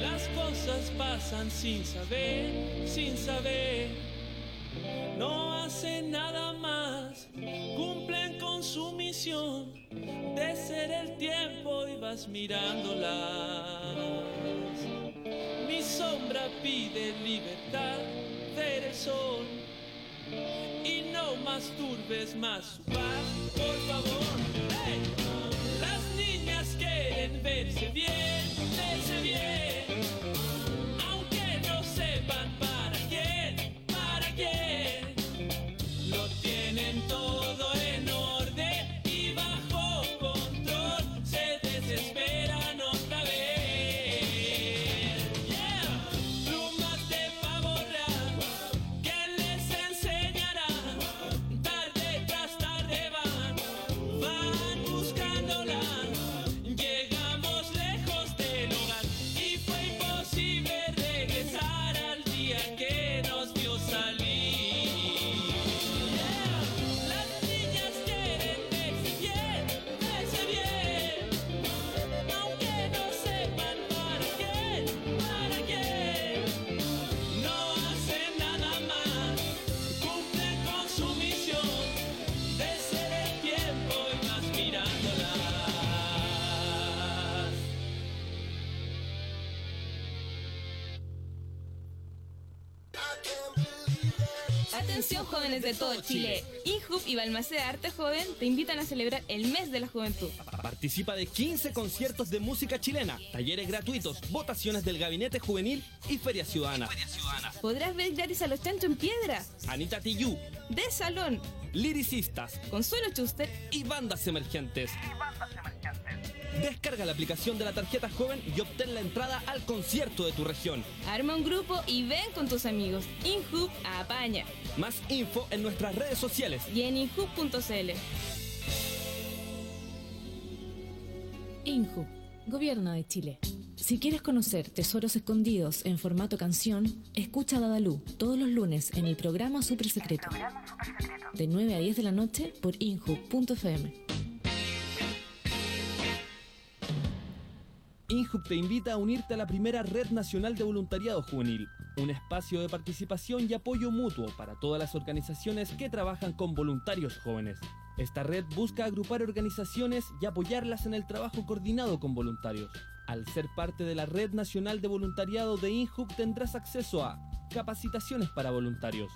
Speaker 6: Las cosas pasan sin saber, sin saber. No hacen nada más, cumplen con su misión de ser el tiempo y vas mirándolas. Mi sombra pide libertad, ver el sol y no más turbes más su paz, por favor. ¡Hey! Las niñas quieren verse bien, verse bien, aunque no sepan para quién, para quién. Lo tienen todo en orden y bajo control, se desesperan otra vez.
Speaker 7: Atención jóvenes de todo Chile. INJUB y Balmaceda Arte Joven te invitan a celebrar el mes de la juventud.
Speaker 8: Participa de 15 conciertos de música chilena, talleres gratuitos, votaciones del Gabinete Juvenil y Feria Ciudadana.
Speaker 7: Podrás ver gratis a los Chancho en Piedra,
Speaker 8: Anita Tillú,
Speaker 7: De Salón,
Speaker 8: Liricistas
Speaker 7: Consuelo Chuster.
Speaker 8: y bandas emergentes. Descarga la aplicación de la tarjeta joven y obtén la entrada al concierto de tu región.
Speaker 7: Arma un grupo y ven con tus amigos. INJUB apaña.
Speaker 8: Más info en nuestras redes sociales.
Speaker 7: Y en INJUB.cl.
Speaker 9: INJU, Gobierno de Chile. Si quieres conocer tesoros escondidos en formato canción, escucha a Dadalú todos los lunes en el programa Super Secreto. De 9 a 10 de la noche por inju.fm.
Speaker 8: INJUB te invita a unirte a la primera Red Nacional de Voluntariado Juvenil, un espacio de participación y apoyo mutuo para todas las organizaciones que trabajan con voluntarios jóvenes. Esta red busca agrupar organizaciones y apoyarlas en el trabajo coordinado con voluntarios. Al ser parte de la Red Nacional de Voluntariado de INJUB tendrás acceso a capacitaciones para voluntarios,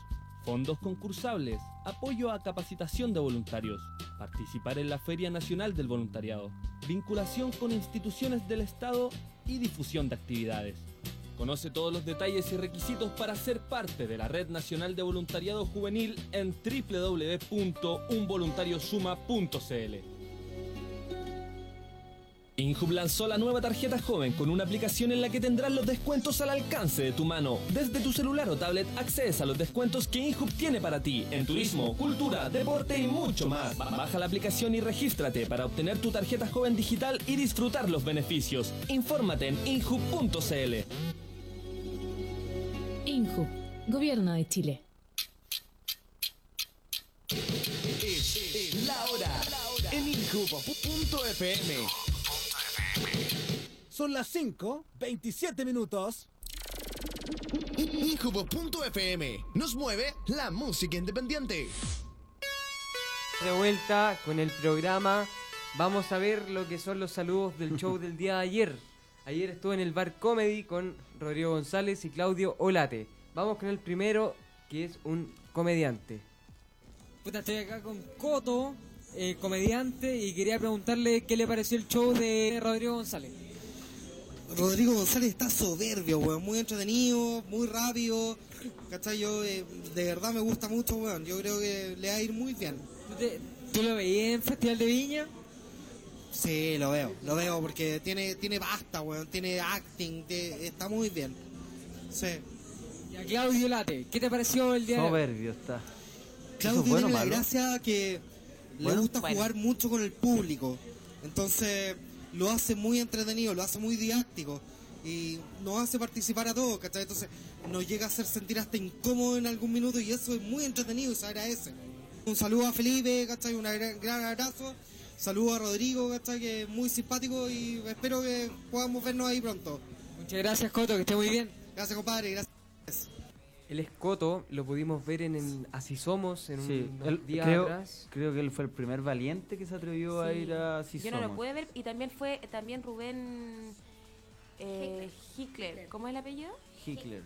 Speaker 8: fondos concursables, apoyo a capacitación de voluntarios, participar en la Feria Nacional del Voluntariado, vinculación con instituciones del Estado y difusión de actividades. Conoce todos los detalles y requisitos para ser parte de la Red Nacional de Voluntariado Juvenil en www.unvoluntariosuma.cl. Injub lanzó la nueva tarjeta joven con una aplicación en la que tendrás los descuentos al alcance de tu mano. Desde tu celular o tablet accedes a los descuentos que Injub tiene para ti en turismo, cultura, deporte y mucho más. Ba- Baja la aplicación y regístrate para obtener tu tarjeta joven digital y disfrutar los beneficios. Infórmate en injub.cl.
Speaker 9: INJU, Gobierno de Chile.
Speaker 1: La hora en incubo.fm.
Speaker 10: Son las 5, 27 minutos.
Speaker 1: Incubo.fm nos mueve la música independiente.
Speaker 3: De vuelta con el programa, vamos a ver lo que son los saludos del show del día de ayer. Ayer estuve en el bar comedy con Rodrigo González y Claudio Olate. Vamos con el primero, que es un comediante.
Speaker 11: Puta, estoy acá con Coto, eh, comediante, y quería preguntarle qué le pareció el show de Rodrigo González.
Speaker 12: Rodrigo González está soberbio, weón. Muy entretenido, muy rápido. ¿Cachai? Yo, eh, de verdad me gusta mucho, weón. Yo creo que le va a ir muy bien.
Speaker 11: ¿Tú, te- tú lo veías en Festival de Viña?
Speaker 12: Sí, lo veo, lo veo, porque tiene, tiene pasta, weón. Tiene acting, te- está muy bien. Sí.
Speaker 11: Y a Claudio Late, ¿qué te pareció el día de hoy?
Speaker 2: Soberbio está. ¿Eso
Speaker 12: Claudio
Speaker 2: es bueno o
Speaker 12: tiene la
Speaker 2: malo?
Speaker 12: gracia que le
Speaker 2: Bueno,
Speaker 12: gusta
Speaker 2: bueno.
Speaker 12: jugar mucho con el público. Entonces lo hace muy entretenido, lo hace muy didáctico y nos hace participar a todos, ¿cachai? Entonces nos llega a hacer sentir hasta incómodo en algún minuto y eso es muy entretenido y se agradece. Un saludo a Felipe, ¿cachai? Un gran, gran abrazo. Saludo a Rodrigo, ¿cachai? Que es muy simpático y espero que podamos vernos ahí pronto.
Speaker 11: Muchas gracias, Coto, que esté muy bien.
Speaker 12: Gracias, compadre, gracias.
Speaker 3: El escoto lo pudimos ver en el Así Somos en
Speaker 2: Sí,
Speaker 3: unos
Speaker 2: él-
Speaker 3: días
Speaker 2: creo,
Speaker 3: atrás.
Speaker 2: creo que él fue el primer valiente que se atrevió a
Speaker 5: Sí.
Speaker 2: ir a Si
Speaker 5: Yo no lo
Speaker 2: Somos.
Speaker 5: pude ver. Y también fue también Rubén eh, Hickler. ¿Cómo es el apellido?
Speaker 2: Hicklers.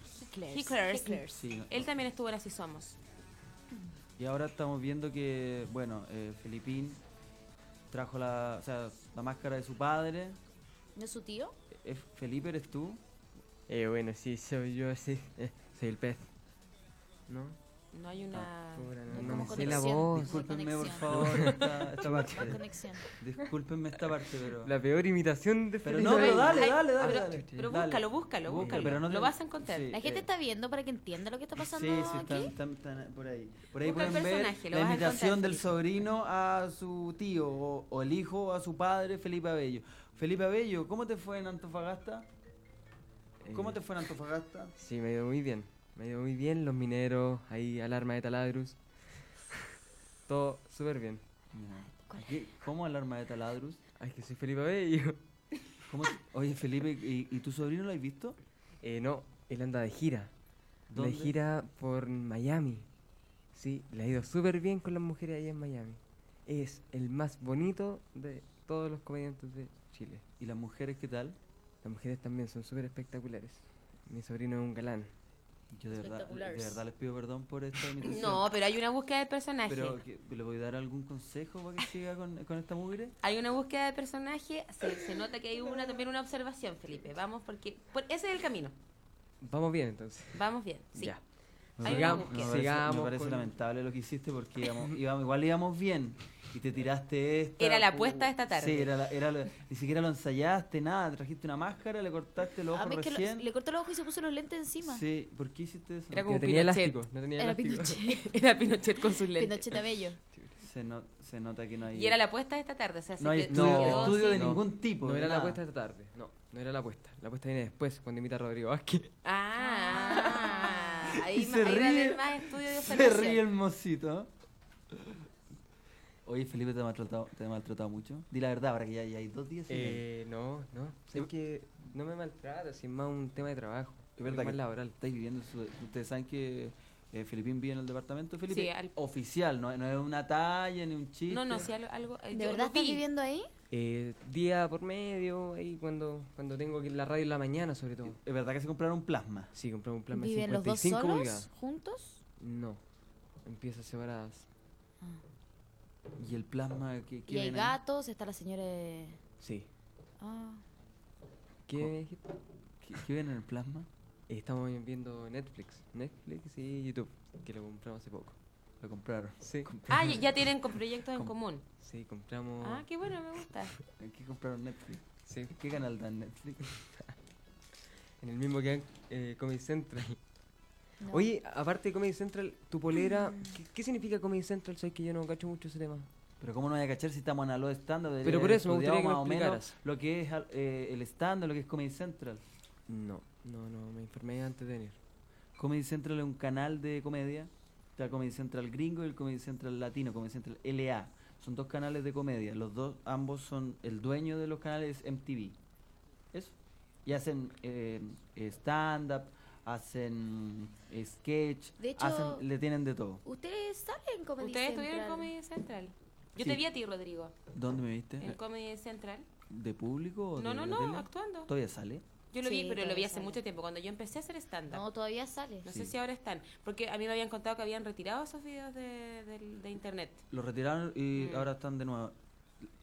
Speaker 5: Hicklers.
Speaker 2: Sí, no-
Speaker 5: Él también estuvo en Así Somos.
Speaker 2: Y ahora estamos viendo que, bueno, eh, Felipín trajo la, o sea, la máscara de su padre.
Speaker 4: ¿No es su tío?
Speaker 2: ¿Es Felipe eres tú?
Speaker 13: Eh, bueno, sí, soy yo, sí. eh, soy el pez.
Speaker 3: ¿No?
Speaker 5: No hay una.
Speaker 2: Ah,
Speaker 3: no me
Speaker 2: sé la voz. Discúlpenme, por favor, esta, esta parte. Discúlpenme esta parte, pero...
Speaker 3: La peor imitación de
Speaker 2: Pero
Speaker 3: Felipe.
Speaker 2: no, pero dale,
Speaker 5: Ay,
Speaker 2: dale,
Speaker 5: ah,
Speaker 2: dale.
Speaker 5: pero-
Speaker 2: dale.
Speaker 5: pero
Speaker 2: Dale.
Speaker 5: búscalo, búscalo, búscalo.
Speaker 2: pero no
Speaker 5: Lo
Speaker 2: te-
Speaker 5: vas a encontrar.
Speaker 2: sí,
Speaker 4: La gente
Speaker 2: eh,
Speaker 4: está viendo para que entienda lo que está pasando
Speaker 2: Sí, sí, están,
Speaker 4: aquí.
Speaker 2: están- están por ahí. Por ahí
Speaker 4: Busca el
Speaker 2: pueden ver
Speaker 4: personaje, lo
Speaker 2: la
Speaker 4: vas a
Speaker 2: imitación
Speaker 4: encontrar,
Speaker 2: del sobrino a su tío o, o el hijo a su padre, Felipe Abello. Felipe Abello, ¿cómo te fue en Antofagasta? ¿Cómo
Speaker 3: Eh,
Speaker 2: te fue en Antofagasta?
Speaker 3: Sí, me dio muy bien. Me dio muy bien los mineros, ahí alarma de taladrus. Todo súper bien.
Speaker 2: ¿Qué? ¿Cómo alarma de taladrus?
Speaker 3: Ay, que soy Felipe Bello.
Speaker 2: ¿Cómo te- Oye, Felipe, ¿y, y tu sobrino lo has visto?
Speaker 3: Eh, no, él anda de gira.
Speaker 2: ¿Dónde?
Speaker 3: De gira por Miami. Sí, le ha ido súper bien con las mujeres allá en Miami. Es el más bonito de todos los comediantes de Chile.
Speaker 2: ¿Y las mujeres qué tal?
Speaker 3: Las mujeres también son súper espectaculares. Mi sobrino es un galán.
Speaker 2: Yo de verdad, de
Speaker 5: Espectacular.
Speaker 2: verdad les pido perdón por esta imitación.
Speaker 5: No, pero hay una búsqueda de personaje.
Speaker 2: Pero, ¿qué- ¿le voy a dar algún consejo para que siga con, con esta mugre?
Speaker 5: Hay una búsqueda de personaje, se, se nota que hay una también una observación, Felipe. Vamos porque por- ese es el camino.
Speaker 3: Vamos bien entonces.
Speaker 5: Vamos bien. Sí.
Speaker 3: Ya.
Speaker 5: Hay una
Speaker 3: Sigamos,
Speaker 5: búsqueda.
Speaker 2: me parece,
Speaker 3: sigamos
Speaker 2: me parece
Speaker 3: con-
Speaker 2: lamentable lo que hiciste porque íbamos, íbamos- igual íbamos bien y te tiraste esta. Uh,
Speaker 5: Era la apuesta de esta tarde.
Speaker 2: Sí, era la- era la- ni siquiera lo ensayaste, nada. Trajiste una máscara, le cortaste los
Speaker 4: A
Speaker 2: ojos
Speaker 4: mí es Ah, que lo-
Speaker 2: recién.
Speaker 4: le cortó los ojos y se puso los lentes encima.
Speaker 2: Sí, ¿por qué hiciste eso?
Speaker 3: Era como No tenía Pinochet. elástico, no tenía
Speaker 4: Era Pinochet.
Speaker 5: Era Pinochet con sus lentes.
Speaker 4: Pinochet Abello.
Speaker 2: Se, no- se nota que no hay.
Speaker 5: Y era la apuesta de esta tarde, o sea,
Speaker 2: No
Speaker 5: se
Speaker 2: hay
Speaker 5: quedó-
Speaker 2: estudio,
Speaker 5: quedó
Speaker 2: estudio
Speaker 5: sin-
Speaker 2: de ningún tipo.
Speaker 3: No
Speaker 2: de
Speaker 3: era la
Speaker 2: nada.
Speaker 3: apuesta esta tarde. No, no era la apuesta. La apuesta viene después, cuando imita a Rodrigo Vázquez.
Speaker 5: Ah, ahí,
Speaker 2: Y
Speaker 5: ma- ahí va a haber más estudio de
Speaker 2: se
Speaker 5: observación.
Speaker 2: ríe el mocito. Oye, Felipe, ¿te ha maltratado, te ha maltratado mucho? Di la verdad, ahora que ya, ya hay dos días. sin él.
Speaker 3: Eh, no, no. Sé que no me maltrata, es más un tema de trabajo.
Speaker 2: Es verdad
Speaker 3: más
Speaker 2: que
Speaker 3: laboral.
Speaker 2: estáis viviendo. en su- ustedes saben que eh, Filipín vive en el departamento. Felipe,
Speaker 5: Sí, al-
Speaker 2: oficial, no, no es una talla ni un chiste.
Speaker 5: No, no, si algo, algo-
Speaker 4: ¿De
Speaker 5: yo
Speaker 4: verdad
Speaker 5: lo vi.
Speaker 4: estás viviendo ahí?
Speaker 3: Eh, día por medio, ahí cuando, cuando tengo que ir a la radio en la mañana, sobre todo.
Speaker 2: ¿Es verdad que se compraron un plasma?
Speaker 3: Sí, compraron un plasma de
Speaker 4: ¿Viven los dos
Speaker 3: 55
Speaker 4: solos?
Speaker 3: pulgadas.
Speaker 4: ¿Juntos?
Speaker 3: No, empiezas separadas.
Speaker 2: ¿Y el plasma que
Speaker 4: Ah. Y hay gatos, está la señora... de-
Speaker 3: Sí.
Speaker 4: Ah.
Speaker 3: ¿Qué me dijiste? Eh,
Speaker 2: ¿Qué, qué ven en el plasma?
Speaker 3: Estamos viendo Netflix. Netflix y YouTube, que lo compramos hace poco.
Speaker 2: Lo compraron.
Speaker 3: Sí.
Speaker 5: Ah, ya- ya tienen con proyectos en común.
Speaker 3: Sí, compramos.
Speaker 5: Ah, qué bueno, me gusta.
Speaker 2: ¿Qué compraron Netflix?
Speaker 3: Sí.
Speaker 2: ¿Qué canal dan Netflix?
Speaker 3: En el mismo que dan, eh, Comedy Central.
Speaker 4: No.
Speaker 3: Oye, aparte de Comedy Central, tu
Speaker 5: Ah.
Speaker 3: polera.
Speaker 5: Mm.
Speaker 3: ¿qué, qué significa Comedy Central? Sabes que yo no cacho mucho ese tema.
Speaker 2: Pero cómo no voy a cachar si estamos en Alo estándar.
Speaker 3: Pero por eso me gustaría que me
Speaker 2: más o menos
Speaker 3: explicaras.
Speaker 2: lo que es al- eh, el estándar, lo que es Comedy Central.
Speaker 3: No, no, no, me informé antes de venir.
Speaker 2: Comedy Central es un canal de comedia. Está el Comedy Central gringo y el Comedy Central latino, Comedy Central LA. Son dos canales de comedia. Los dos, ambos son el dueño de los canales es MTV. Eso. Y hacen eh, stand-up, hacen eh, sketch,
Speaker 4: De hecho,
Speaker 2: hacen- le tienen de todo.
Speaker 4: ¿Ustedes salen Comedy
Speaker 5: Ustedes estuvieron en
Speaker 4: Central?
Speaker 5: Comedy Central. Yo
Speaker 2: Sí.
Speaker 5: te vi a ti, Rodrigo,
Speaker 2: ¿Dónde me viste?
Speaker 5: en Comedy Central.
Speaker 2: ¿De público? O
Speaker 5: No,
Speaker 2: de
Speaker 5: no,
Speaker 2: la
Speaker 5: no,
Speaker 2: tele?
Speaker 5: actuando.
Speaker 2: ¿Todavía sale?
Speaker 5: Yo lo
Speaker 4: Sí,
Speaker 5: vi, pero lo vi
Speaker 4: todavía
Speaker 5: hace
Speaker 4: sale.
Speaker 5: mucho tiempo, cuando yo empecé a hacer stand-up.
Speaker 4: No, todavía sale.
Speaker 5: No
Speaker 2: Sí.
Speaker 5: sé si ahora están, porque a mí me habían contado que habían retirado esos videos de, del- de internet.
Speaker 2: Lo retiraron y
Speaker 5: Mm.
Speaker 2: ahora están de nuevo.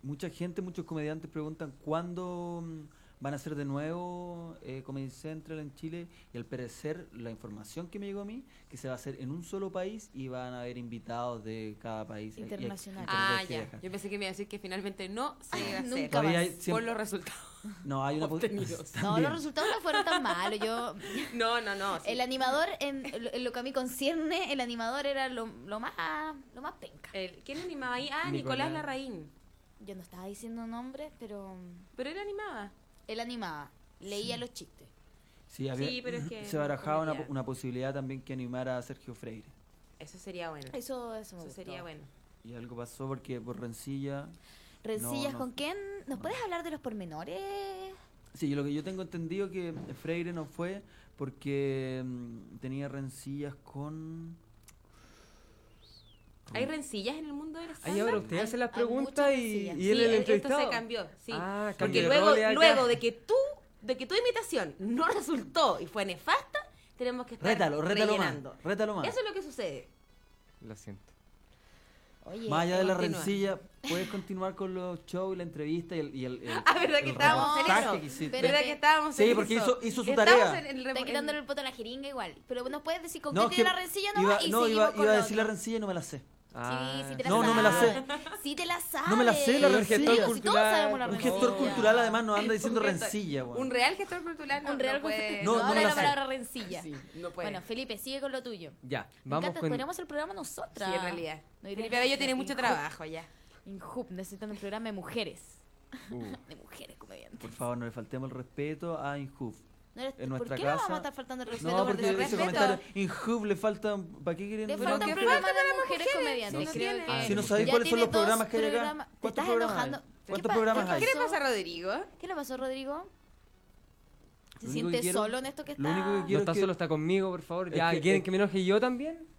Speaker 2: Mucha gente, muchos comediantes preguntan cuándo mm, van a ser de nuevo eh, Comedy Central en Chile. Y al parecer, la información que me llegó a mí, que se va a hacer en un solo país y van a haber invitados de cada país. eh, y ex-
Speaker 4: Internacional. Ah,
Speaker 5: Ah,
Speaker 2: internacionales que
Speaker 5: ya.
Speaker 2: viajan.
Speaker 5: Yo pensé que me iba a decir que finalmente no se iba a hacer.
Speaker 4: nunca
Speaker 2: Todavía más. hay
Speaker 5: Por
Speaker 2: siempre-
Speaker 5: los resultados.
Speaker 2: No, hay una pos-
Speaker 5: Obtenidos.
Speaker 4: No,
Speaker 2: También.
Speaker 4: los resultados no fueron tan malos. Yo,
Speaker 5: No, no, no. sí.
Speaker 4: el animador, en, en lo que a mí concierne, el animador era lo, lo más lo más penca.
Speaker 5: El- ¿Quién animaba ahí? Ah, Nicolás,
Speaker 3: Nicolás.
Speaker 5: Larraín.
Speaker 4: Yo no estaba diciendo nombres, pero
Speaker 5: Pero él animaba.
Speaker 4: él animaba, leía los chistes.
Speaker 2: Sí, había-
Speaker 5: Sí, pero es que
Speaker 2: se
Speaker 5: no
Speaker 2: barajaba una,
Speaker 5: comediante.
Speaker 2: una posibilidad también que animara a Sergio Freire.
Speaker 5: Eso sería bueno. Eso,
Speaker 4: Eso, eso me gustó.
Speaker 5: sería bueno.
Speaker 2: Y algo pasó porque por rencilla.
Speaker 4: Rencillas
Speaker 2: no-
Speaker 4: con quién? ¿Nos puedes hablar de los pormenores?
Speaker 2: Sí, yo lo que yo tengo entendido que Freire no fue porque mm, tenía rencillas con. Mm.
Speaker 5: ¿Hay rencillas en el mundo del
Speaker 3: Ahí ahora
Speaker 5: stand
Speaker 3: usted hace las
Speaker 4: hay
Speaker 3: preguntas
Speaker 4: muchas
Speaker 3: y,
Speaker 4: cosillas.
Speaker 3: y él
Speaker 5: Sí,
Speaker 3: el
Speaker 5: esto se
Speaker 3: entrevistado.
Speaker 5: cambió, sí.
Speaker 3: Ah,
Speaker 5: Porque
Speaker 3: cambió de
Speaker 5: luego,
Speaker 3: roles acá.
Speaker 5: luego de que tú, de que tu imitación no resultó y fue nefasta, tenemos que estar
Speaker 2: Rétalo, rétalo
Speaker 5: rellenando.
Speaker 2: más. Rétalo más.
Speaker 5: Eso es lo que sucede.
Speaker 3: Lo siento.
Speaker 4: Oye,
Speaker 2: más allá de la
Speaker 5: continúa.
Speaker 2: rencilla, puedes continuar con los shows y la entrevista y el. Y el, el-
Speaker 5: Ah, ¿verdad
Speaker 2: el
Speaker 5: que estábamos en
Speaker 2: reportaje
Speaker 5: eso?
Speaker 2: que hiciste?
Speaker 4: Pero-
Speaker 5: ¿Verdad que estábamos
Speaker 2: Sí,
Speaker 5: en
Speaker 2: porque
Speaker 5: eso?
Speaker 2: hizo- hizo su
Speaker 5: Estábamos
Speaker 2: tarea.
Speaker 5: en el repo-
Speaker 4: Está
Speaker 5: en-
Speaker 4: quitándole el poto a la jeringa igual. Pero nos puedes decir con
Speaker 2: No,
Speaker 4: qué
Speaker 2: es
Speaker 4: te dio
Speaker 2: que
Speaker 4: la rencilla no
Speaker 2: iba-
Speaker 4: y
Speaker 2: no,
Speaker 4: seguimos
Speaker 2: iba,
Speaker 4: con
Speaker 2: iba a
Speaker 4: lo
Speaker 2: decir la
Speaker 4: otro.
Speaker 2: rencilla y no me la sé.
Speaker 5: Ah.
Speaker 4: Sí, sí te la
Speaker 2: No, no me la sé.
Speaker 4: sabes. Sí te la sabes.
Speaker 2: No me la sé, la
Speaker 4: Sí,
Speaker 2: rencilla.
Speaker 4: sí, todos
Speaker 3: Cultural.
Speaker 4: sabemos la
Speaker 2: Un
Speaker 4: rencilla.
Speaker 2: gestor cultural además nos anda diciendo
Speaker 5: Un gestor-
Speaker 2: rencilla, weón.
Speaker 5: Un real gestor cultural no,
Speaker 4: Un real
Speaker 5: no puede...
Speaker 2: No,
Speaker 4: No,
Speaker 2: no me la
Speaker 4: la
Speaker 2: sé.
Speaker 4: palabra rencilla.
Speaker 5: Sí, no puede.
Speaker 4: Bueno, Felipe, sigue con lo tuyo.
Speaker 3: Ya,
Speaker 4: Me
Speaker 3: vamos
Speaker 4: encanta,
Speaker 3: con.
Speaker 4: podríamos hacer el programa nosotras.
Speaker 5: sí, en realidad.
Speaker 4: No diría
Speaker 5: Felipe Abello
Speaker 4: que-
Speaker 5: tiene mucho
Speaker 4: Inhoop-
Speaker 5: trabajo ya.
Speaker 4: Inhoop, necesitan un programa de mujeres.
Speaker 2: Uh,
Speaker 4: De mujeres comediantes.
Speaker 2: por favor, no le faltemos el respeto a Inhoof.
Speaker 4: No eres-
Speaker 2: En
Speaker 4: ¿Por
Speaker 2: nuestra
Speaker 4: qué
Speaker 2: casa.
Speaker 4: no vamos a estar faltando el respeto
Speaker 2: No,
Speaker 4: por
Speaker 2: porque ese
Speaker 4: desrespeto?
Speaker 2: comentario. Inhoof le falta. ¿Para qué quieren
Speaker 4: Le
Speaker 2: ver?
Speaker 4: falta
Speaker 5: que
Speaker 4: un programa
Speaker 5: faltan
Speaker 4: de
Speaker 5: las mujeres,
Speaker 4: mujeres, comediantes.
Speaker 5: no
Speaker 4: creo
Speaker 5: tiene-
Speaker 4: que-
Speaker 5: Ah,
Speaker 2: Si no sabéis
Speaker 4: Ya
Speaker 2: cuáles son los
Speaker 4: tiene dos
Speaker 2: programas que hay
Speaker 4: programas.
Speaker 2: acá.
Speaker 4: Te
Speaker 2: ¿Cuántos
Speaker 4: estás
Speaker 2: programas hay?
Speaker 4: enojando. ¿Qué
Speaker 2: ¿Cuántos
Speaker 4: pa-
Speaker 2: programas
Speaker 4: qué
Speaker 2: hay?
Speaker 5: ¿Qué le
Speaker 4: pasó?
Speaker 5: pasa a Rodrigo?
Speaker 4: ¿Qué le pasó a Rodrigo? ¿Se
Speaker 2: Lo único
Speaker 4: siente
Speaker 2: que quiero-
Speaker 4: solo en esto que está?
Speaker 2: lo único que
Speaker 3: No
Speaker 2: quiero
Speaker 3: está
Speaker 2: es que-
Speaker 3: solo, está conmigo, por favor.
Speaker 2: Es
Speaker 3: Ya,
Speaker 2: que-
Speaker 3: ¿quieren
Speaker 2: es-
Speaker 3: que me enoje yo también?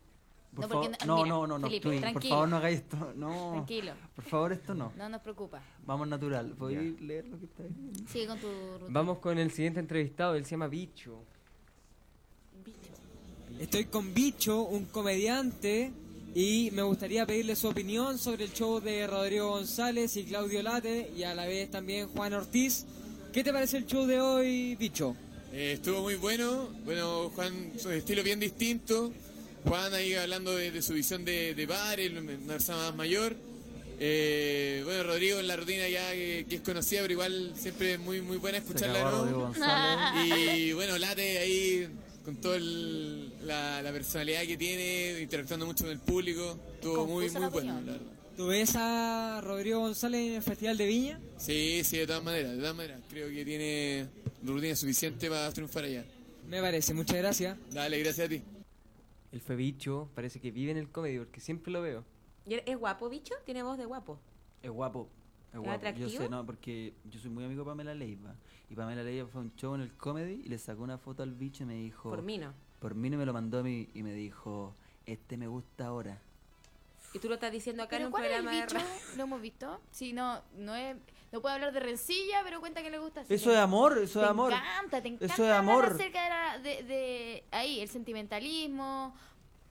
Speaker 2: Por
Speaker 4: No,
Speaker 2: favor,
Speaker 4: porque no-
Speaker 2: no,
Speaker 4: mira,
Speaker 2: no, no, no,
Speaker 4: Felipe,
Speaker 2: Twin, por
Speaker 4: tranquilo.
Speaker 2: favor no hagáis esto, no.
Speaker 4: Tranquilo.
Speaker 2: Por favor esto no.
Speaker 4: No nos preocupa.
Speaker 2: Vamos natural. Voy a leer lo que está ahí.
Speaker 4: Sigue con tu rutina.
Speaker 3: Vamos con el siguiente entrevistado, él se llama Bicho.
Speaker 4: Bicho.
Speaker 11: Estoy con Bicho, un comediante, y me gustaría pedirle su opinión sobre el show de Rodrigo González y Claudio Late, y a la vez también Juan Ortiz. ¿Qué te parece el show de hoy, Bicho?
Speaker 14: Eh, estuvo muy bueno. Bueno, Juan, su estilo bien distinto. Juan ahí hablando de, de su visión de, de bar, el- una persona más mayor. Eh, bueno, Rodrigo en la rutina ya que, que es conocida, pero igual siempre es muy, muy buena escucharla.
Speaker 2: acabó
Speaker 14: ¿no?
Speaker 2: Rodrigo González.
Speaker 14: Y bueno, Late ahí con toda la, la personalidad que tiene, interactuando mucho con el público. Estuvo muy,
Speaker 11: Confusa
Speaker 14: muy
Speaker 11: la
Speaker 14: bueno,
Speaker 11: opinión.
Speaker 14: la verdad.
Speaker 11: ¿Tú ves a Rodrigo González en el Festival de Viña?
Speaker 14: Sí, sí, de todas maneras, de todas maneras. Creo que tiene rutina suficiente para triunfar allá.
Speaker 11: Me parece, muchas gracias.
Speaker 14: Dale, gracias a ti.
Speaker 3: El Febicho parece que vive en el comedy porque siempre lo veo.
Speaker 5: ¿Y él ¿Es guapo, bicho? Tiene voz de guapo.
Speaker 2: Es guapo. Es
Speaker 5: ¿Es
Speaker 2: guapo.
Speaker 5: atractivo?
Speaker 2: Yo sé, no, porque yo soy muy amigo de Pamela Leiva. Y Pamela Leiva fue a un show en el comedy y le sacó una foto al bicho y me dijo.
Speaker 5: Por mí no.
Speaker 2: Por mí no me lo mandó a mí y me dijo, este me gusta ahora.
Speaker 5: Y tú lo estás diciendo acá en
Speaker 4: ¿Pero
Speaker 5: un
Speaker 4: cuál es el
Speaker 5: programa de
Speaker 4: bicho?
Speaker 5: radio.
Speaker 4: ¿Lo hemos visto? Sí, no, no es... No puedo hablar de rencilla, pero cuenta que le gusta. así
Speaker 2: Eso
Speaker 4: que-
Speaker 2: es amor, eso es amor.
Speaker 4: Te encanta, te
Speaker 2: Eso
Speaker 4: encanta
Speaker 2: es amor.
Speaker 4: hablar acerca de, la- de- de- ahí, el sentimentalismo,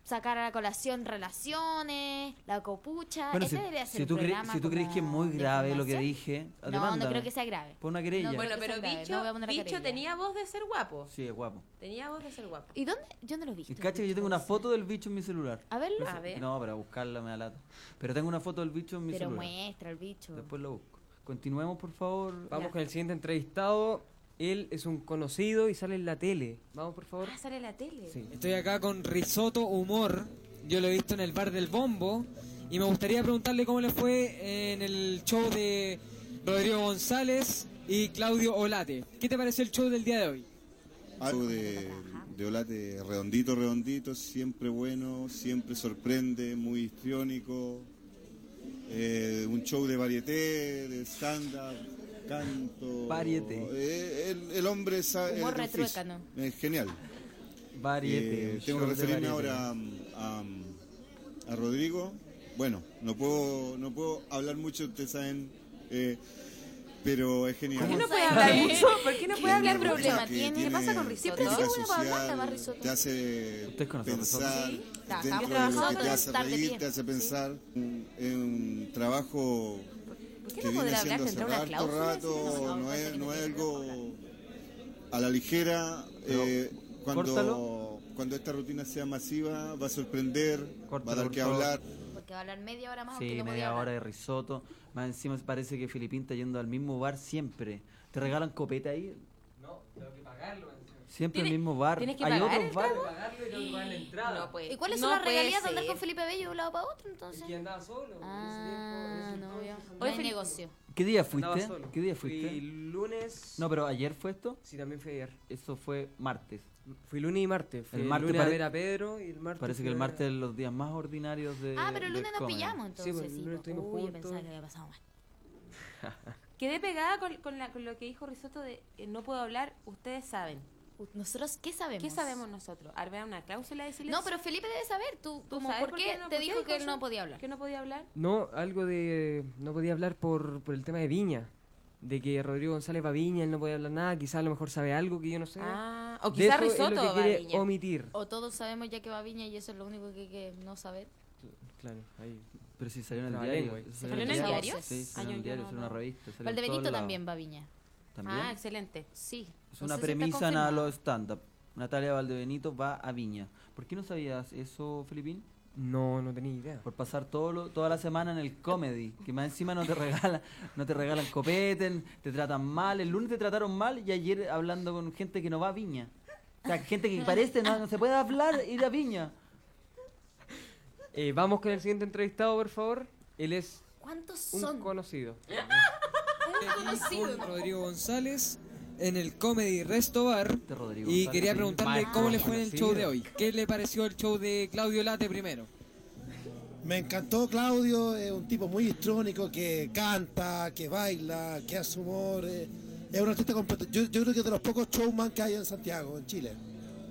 Speaker 4: sacar a la colación relaciones, la copucha.
Speaker 2: Bueno,
Speaker 4: Ah, Ese
Speaker 2: si,
Speaker 4: debería ser
Speaker 2: si
Speaker 4: el
Speaker 2: tú, cre-
Speaker 4: programa
Speaker 2: si tú crees
Speaker 4: como
Speaker 2: que es muy
Speaker 4: de
Speaker 2: grave lo que
Speaker 4: información.
Speaker 2: dije,
Speaker 4: No,
Speaker 2: demándame.
Speaker 4: no creo que sea grave.
Speaker 2: Pon una querella.
Speaker 4: No,
Speaker 5: Bueno,
Speaker 4: Esa
Speaker 5: pero
Speaker 4: es grave,
Speaker 5: bicho,
Speaker 4: no voy a poner la
Speaker 5: bicho
Speaker 4: querella.
Speaker 5: tenía voz de ser guapo.
Speaker 2: Sí, es guapo.
Speaker 5: Tenía voz de ser guapo.
Speaker 4: ¿Y dónde? Yo no lo he visto.
Speaker 2: Y cacha que yo tengo una foto del bicho en mi celular.
Speaker 4: A verlo.
Speaker 2: No
Speaker 4: A ver.
Speaker 2: No, para buscarla me da lata. Pero tengo una foto del bicho en mi
Speaker 4: Pero
Speaker 2: celular.
Speaker 4: muestra el bicho.
Speaker 2: Después lo busco. Continuemos, por favor.
Speaker 3: Vamos con el siguiente entrevistado. Él es un conocido y sale en la tele. Vamos, por favor.
Speaker 5: Ah, sale en la tele.
Speaker 11: Estoy acá con Risotto Humor. Yo lo he visto en el bar del Bombo. Y me gustaría preguntarle cómo le fue en el show de Rodrigo González y Claudio Olate. ¿Qué te pareció el show del día de hoy?
Speaker 15: Algo de, de Olate redondito, redondito, siempre bueno, siempre sorprende, muy histriónico. Eh, un show de varieté, de stand-up, canto.
Speaker 2: Varieté.
Speaker 15: Eh, el, el hombre sabe.
Speaker 4: Humor
Speaker 15: el- el
Speaker 4: retruécano.
Speaker 15: fis- Es genial.
Speaker 2: Variete,
Speaker 15: Eh,
Speaker 2: un
Speaker 15: tengo que
Speaker 2: show de
Speaker 15: referirme
Speaker 2: variete.
Speaker 15: ahora a, a- a Rodrigo. Bueno, no puedo, no puedo hablar mucho, ustedes saben. eh, pero es genial.
Speaker 5: ¿Por qué no puede hablar mucho? ¿Por qué no puede hablar problema?
Speaker 15: que
Speaker 5: ¿Tiene? ¿Qué pasa con risotto?
Speaker 15: crítica
Speaker 5: Siempre digo una
Speaker 15: social,
Speaker 5: bablata, más risotto.
Speaker 15: Te hace
Speaker 2: conocen
Speaker 15: pensar.
Speaker 5: risotto? Sí.
Speaker 15: dentro de
Speaker 5: Trabajamos
Speaker 15: lo
Speaker 5: con
Speaker 15: que te
Speaker 5: un
Speaker 15: hace
Speaker 5: tar de
Speaker 15: reír,
Speaker 5: pie.
Speaker 15: te hace pensar. Un- Es un trabajo
Speaker 5: qué
Speaker 15: que
Speaker 5: no
Speaker 15: viene
Speaker 5: podrá hablar?
Speaker 15: haciendo hace
Speaker 5: ¿Tendrá una
Speaker 15: harto
Speaker 5: cláusula?
Speaker 15: rato.
Speaker 5: No, no,
Speaker 15: No
Speaker 5: parece
Speaker 15: es
Speaker 5: que
Speaker 15: no
Speaker 5: no
Speaker 15: es
Speaker 5: tiene
Speaker 15: algo a la ligera. eh, Cuando cuando esta rutina sea masiva, va a sorprender, va a
Speaker 2: Córtalo,
Speaker 15: dar
Speaker 2: por
Speaker 15: que
Speaker 2: favor.
Speaker 15: hablar.
Speaker 4: Porque va a hablar media hora más. aunque
Speaker 2: Sí,
Speaker 4: no podía
Speaker 2: media
Speaker 4: hablar.
Speaker 2: hora de risotto. Más encima parece que Filipín está yendo al mismo bar siempre. ¿Te regalan copeta ahí?
Speaker 3: No, tengo que pagarlo.
Speaker 2: Siempre el mismo bar.
Speaker 3: tienes que
Speaker 2: Hay
Speaker 3: pagar
Speaker 2: otros
Speaker 3: el
Speaker 2: bares.
Speaker 3: trago? Pagarlo y tengo que pagar la entrada.
Speaker 5: No puede-
Speaker 4: ¿Y cuáles
Speaker 5: no
Speaker 4: son las
Speaker 5: puede
Speaker 4: regalías de andar
Speaker 5: ser.
Speaker 4: con Felipe Bello de un lado para otro entonces?
Speaker 3: Y andaba solo.
Speaker 4: Ah, no, ya. No
Speaker 3: Oye,
Speaker 4: hay
Speaker 3: Felipe-
Speaker 4: negocio.
Speaker 2: ¿Qué día
Speaker 3: Andaba
Speaker 2: fuiste?
Speaker 3: solo.
Speaker 2: ¿Qué día
Speaker 3: Fui
Speaker 2: fuiste?
Speaker 3: lunes.
Speaker 2: No, pero ayer fue esto.
Speaker 3: Sí, también fue ayer.
Speaker 2: Eso fue martes.
Speaker 3: Fui lunes y martes. Fui el
Speaker 2: martes
Speaker 3: lunes a
Speaker 2: pare-
Speaker 3: ver a Pedro y el martes
Speaker 2: Parece que
Speaker 3: fui
Speaker 2: el
Speaker 3: a-
Speaker 2: martes es los días más ordinarios de.
Speaker 4: Ah, pero el
Speaker 2: del
Speaker 4: lunes nos
Speaker 2: comedy.
Speaker 4: pillamos
Speaker 3: Sí, pues,
Speaker 4: entonces.
Speaker 3: el
Speaker 4: Sí,
Speaker 3: lunes
Speaker 4: pues.
Speaker 3: estuvimos
Speaker 4: Uy, yo
Speaker 3: juntos.
Speaker 4: pensaba que había pasado mal.
Speaker 5: Quedé pegada con, con la- con lo que dijo Risotto de eh, no puedo hablar, ustedes saben.
Speaker 4: ¿Nosotros qué sabemos?
Speaker 5: ¿Qué sabemos nosotros? ¿Habrá una cláusula de silencio?
Speaker 4: No, pero Felipe debe saber. ¿Tú,
Speaker 5: ¿Tú
Speaker 4: como,
Speaker 5: sabes
Speaker 4: por qué
Speaker 5: no por
Speaker 4: te
Speaker 5: qué
Speaker 4: dijo que él
Speaker 5: eso?
Speaker 4: no podía hablar?
Speaker 5: ¿Que no podía hablar?
Speaker 3: No, algo de. No podía hablar por, por el tema de Viña. De que Rodrigo González va a Viña, él no podía hablar nada. Quizás a lo mejor sabe algo que yo no sé.
Speaker 5: Ah, o
Speaker 3: De
Speaker 5: quizá
Speaker 3: eso es lo
Speaker 5: Risotto
Speaker 3: que
Speaker 5: va a
Speaker 3: quiere
Speaker 5: Viña.
Speaker 3: omitir.
Speaker 4: O todos sabemos ya que va a Viña y eso es lo único que hay que no saber.
Speaker 3: Claro, ahí.
Speaker 2: Pero si salió en el
Speaker 3: Trabalé,
Speaker 2: diario.
Speaker 3: güey.
Speaker 2: eso
Speaker 3: ¿Se
Speaker 2: salió
Speaker 4: salió en el diario?
Speaker 2: Sí, salió en el
Speaker 4: Ay, yo
Speaker 2: diario,
Speaker 4: no,
Speaker 2: salió en una
Speaker 4: no.
Speaker 2: revista. salió en
Speaker 4: Valdebenito
Speaker 2: todos lados.
Speaker 4: también va a Viña.
Speaker 2: ¿También?
Speaker 5: Ah, excelente.
Speaker 4: Sí.
Speaker 2: Es
Speaker 4: No
Speaker 2: una
Speaker 4: sé si está
Speaker 2: premisa a
Speaker 4: confirmado.
Speaker 2: los stand-up. Natalia Valdebenito va a Viña. ¿Por qué no sabías eso, Filipín?
Speaker 3: No, no tenía idea.
Speaker 2: Por pasar todo lo- toda la semana en el comedy, que más encima no te regalan, no te regalan copeten, te tratan mal, el lunes te trataron mal y ayer hablando con gente que no va a Viña. O sea, gente que parece no, no se puede hablar ir a Viña.
Speaker 3: Eh, vamos con el siguiente entrevistado, por favor. Él es
Speaker 4: ¿Cuántos
Speaker 3: un
Speaker 4: son?
Speaker 3: conocido.
Speaker 11: Con Rodrigo González en el Comedy Resto Bar. Y
Speaker 3: Este
Speaker 2: González,
Speaker 11: quería
Speaker 2: sí.
Speaker 11: preguntarle cómo le fue en el
Speaker 2: Conocido.
Speaker 11: show de hoy. ¿Qué le pareció el show de Claudio Late primero?
Speaker 10: Me encantó Claudio, es un tipo muy histrónico que canta, que baila, que hace humor. eh, es un artista completo. Yo, yo creo que es de los pocos showman que hay en Santiago, en Chile.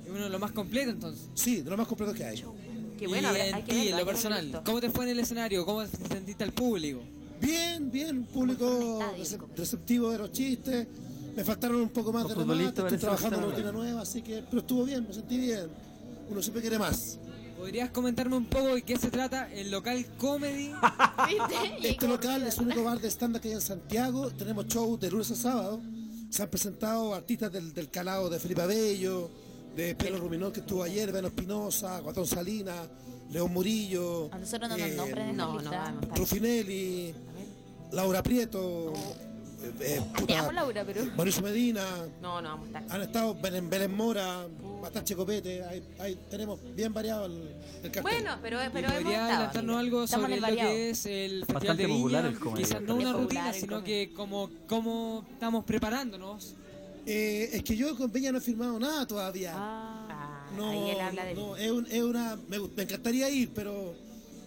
Speaker 11: Es uno de los más completos entonces.
Speaker 10: Sí, de los más completos que hay.
Speaker 5: Qué bueno,
Speaker 11: y
Speaker 5: habrá-
Speaker 11: en
Speaker 5: hay que
Speaker 11: ti, en
Speaker 5: verlo, hay
Speaker 11: lo
Speaker 5: que
Speaker 11: personal,
Speaker 5: verlo.
Speaker 11: ¿cómo te fue en el escenario? ¿Cómo te sentiste al público?
Speaker 10: Bien, bien, público recep- receptivo de los chistes. Me faltaron un poco más
Speaker 2: Los
Speaker 10: de remate,
Speaker 2: futbolistas
Speaker 10: estoy
Speaker 2: parecen
Speaker 10: trabajando en
Speaker 2: que
Speaker 10: una
Speaker 2: están
Speaker 10: rutina nueva, así que. Pero estuvo bien, me sentí bien. uno siempre quiere más.
Speaker 16: ¿Podrías comentarme un poco de qué se trata el local comedy?
Speaker 10: Este local es el único bar de stand que hay en Santiago. Tenemos shows de lunes a sábado. Se han presentado artistas del, del calado de Felipe Abello, de Pedro Ruminó que estuvo ayer, Veno Espinosa, Guatón Salinas, León Murillo.
Speaker 4: A nosotros no nos
Speaker 10: eh,
Speaker 4: nombran en
Speaker 5: no,
Speaker 4: la lista.
Speaker 5: no,
Speaker 10: Rufinelli, Laura Prieto, eh, eh, puta,
Speaker 4: Te amo, Oh. Laura, pero.
Speaker 10: Mauricio Medina.
Speaker 5: No, no, vamos a estar.
Speaker 10: Han estado Belén, Belén Mora, Batache Copete, ahí, ahí tenemos bien variado el, el cartel.
Speaker 5: Bueno, pero, pero hemos
Speaker 16: ¿Podrías
Speaker 5: estado.
Speaker 16: adelantarnos algo
Speaker 5: Estamos en
Speaker 16: sobre
Speaker 5: el
Speaker 16: lo
Speaker 5: variado.
Speaker 16: que es el Festival
Speaker 2: Bastante
Speaker 16: de Viña?
Speaker 2: popular el comedy.
Speaker 16: Quizás no
Speaker 2: Bastante
Speaker 16: una
Speaker 2: popular
Speaker 16: rutina,
Speaker 2: el
Speaker 16: sino
Speaker 2: comedy.
Speaker 16: que como, como estamos preparándonos.
Speaker 10: Eh, es que yo con Peña no he firmado nada todavía. no,
Speaker 5: Ah, ahí él habla de-
Speaker 10: no, es, un- es una. Me, gust- me encantaría ir, pero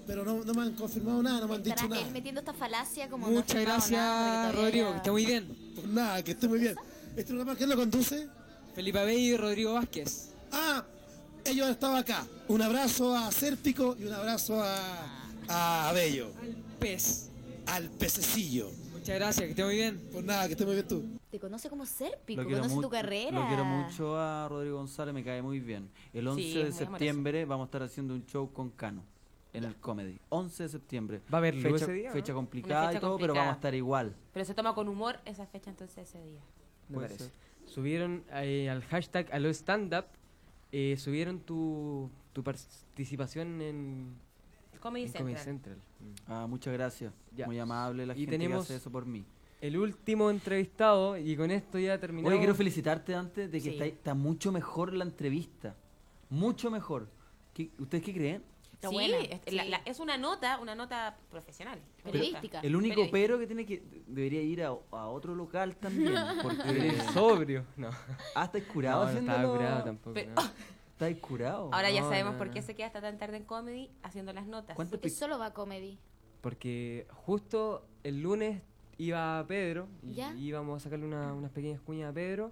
Speaker 10: pero no, no me han confirmado nada, no me han dicho
Speaker 4: Estará
Speaker 10: nada.
Speaker 4: él metiendo esta falacia como. no
Speaker 16: Muchas
Speaker 4: he firmado
Speaker 16: gracias,
Speaker 4: nada, porque todavía
Speaker 16: Rodrigo, que esté muy bien.
Speaker 10: Por Pues nada, que esté muy bien. ¿Este programa quién lo conduce?
Speaker 16: Felipe Abello y Rodrigo Vázquez.
Speaker 10: Ah, ellos han estado acá. Un abrazo a Cérpico y un abrazo a, a Bello.
Speaker 16: Pez.
Speaker 10: Ah, Al pececillo.
Speaker 16: Muchas gracias, que esté muy bien.
Speaker 10: Por nada, que esté muy bien tú.
Speaker 4: Te conoce como Serpico,
Speaker 2: Lo quiero
Speaker 4: conoce
Speaker 2: mu-
Speaker 4: tu carrera.
Speaker 2: Lo quiero mucho a Rodrigo González, me cae muy bien. El
Speaker 4: Sí,
Speaker 2: 11
Speaker 4: es
Speaker 2: de
Speaker 4: muy
Speaker 2: septiembre vamos a estar haciendo un show con Cano en el comedy. 11 de septiembre.
Speaker 16: Va a haber luz
Speaker 2: fecha,
Speaker 16: ese día, ¿no?
Speaker 2: fecha
Speaker 5: Una
Speaker 2: complicada
Speaker 5: fecha
Speaker 2: y todo, pero vamos
Speaker 5: complicada.
Speaker 2: a estar igual.
Speaker 5: Pero se toma con humor esa fecha entonces ese día.
Speaker 3: me
Speaker 2: Puede
Speaker 3: parece.
Speaker 2: ser.
Speaker 3: Subieron eh, al hashtag a lo stand up, eh, subieron tu, tu participación en
Speaker 5: Comedy
Speaker 3: en Mm.
Speaker 5: Central.
Speaker 2: Ah, muchas gracias. Muy amable la
Speaker 3: Y
Speaker 2: gente
Speaker 3: tenemos
Speaker 2: que hace eso por mí.
Speaker 3: El último entrevistado y con esto ya terminamos.
Speaker 2: Oye, quiero felicitarte antes de que
Speaker 3: Sí.
Speaker 2: está, está mucho mejor la entrevista. Mucho mejor. ¿Qué- ¿Ustedes qué creen?
Speaker 5: sí, es, la- la- es una nota, una nota profesional.
Speaker 2: Pero
Speaker 5: periodística.
Speaker 2: El único
Speaker 5: Periodística.
Speaker 2: pero que tiene que debería ir a, a otro local también. Porque
Speaker 3: Eres sobrio. No.
Speaker 2: Hasta curado
Speaker 3: No, no estaba
Speaker 2: haciéndolo.
Speaker 3: curado tampoco,
Speaker 5: Pero-
Speaker 2: Estáis curado.
Speaker 5: Ahora ya
Speaker 3: No,
Speaker 5: sabemos
Speaker 3: no,
Speaker 5: por
Speaker 3: no.
Speaker 5: qué se queda hasta tan tarde en comedy haciendo las notas.
Speaker 3: ¿Cuánto
Speaker 4: Porque
Speaker 3: pic-
Speaker 4: solo va a comedy.
Speaker 3: Porque justo el lunes iba Pedro y
Speaker 4: ¿Ya?
Speaker 3: íbamos a sacarle una- unas pequeñas cuñas a Pedro.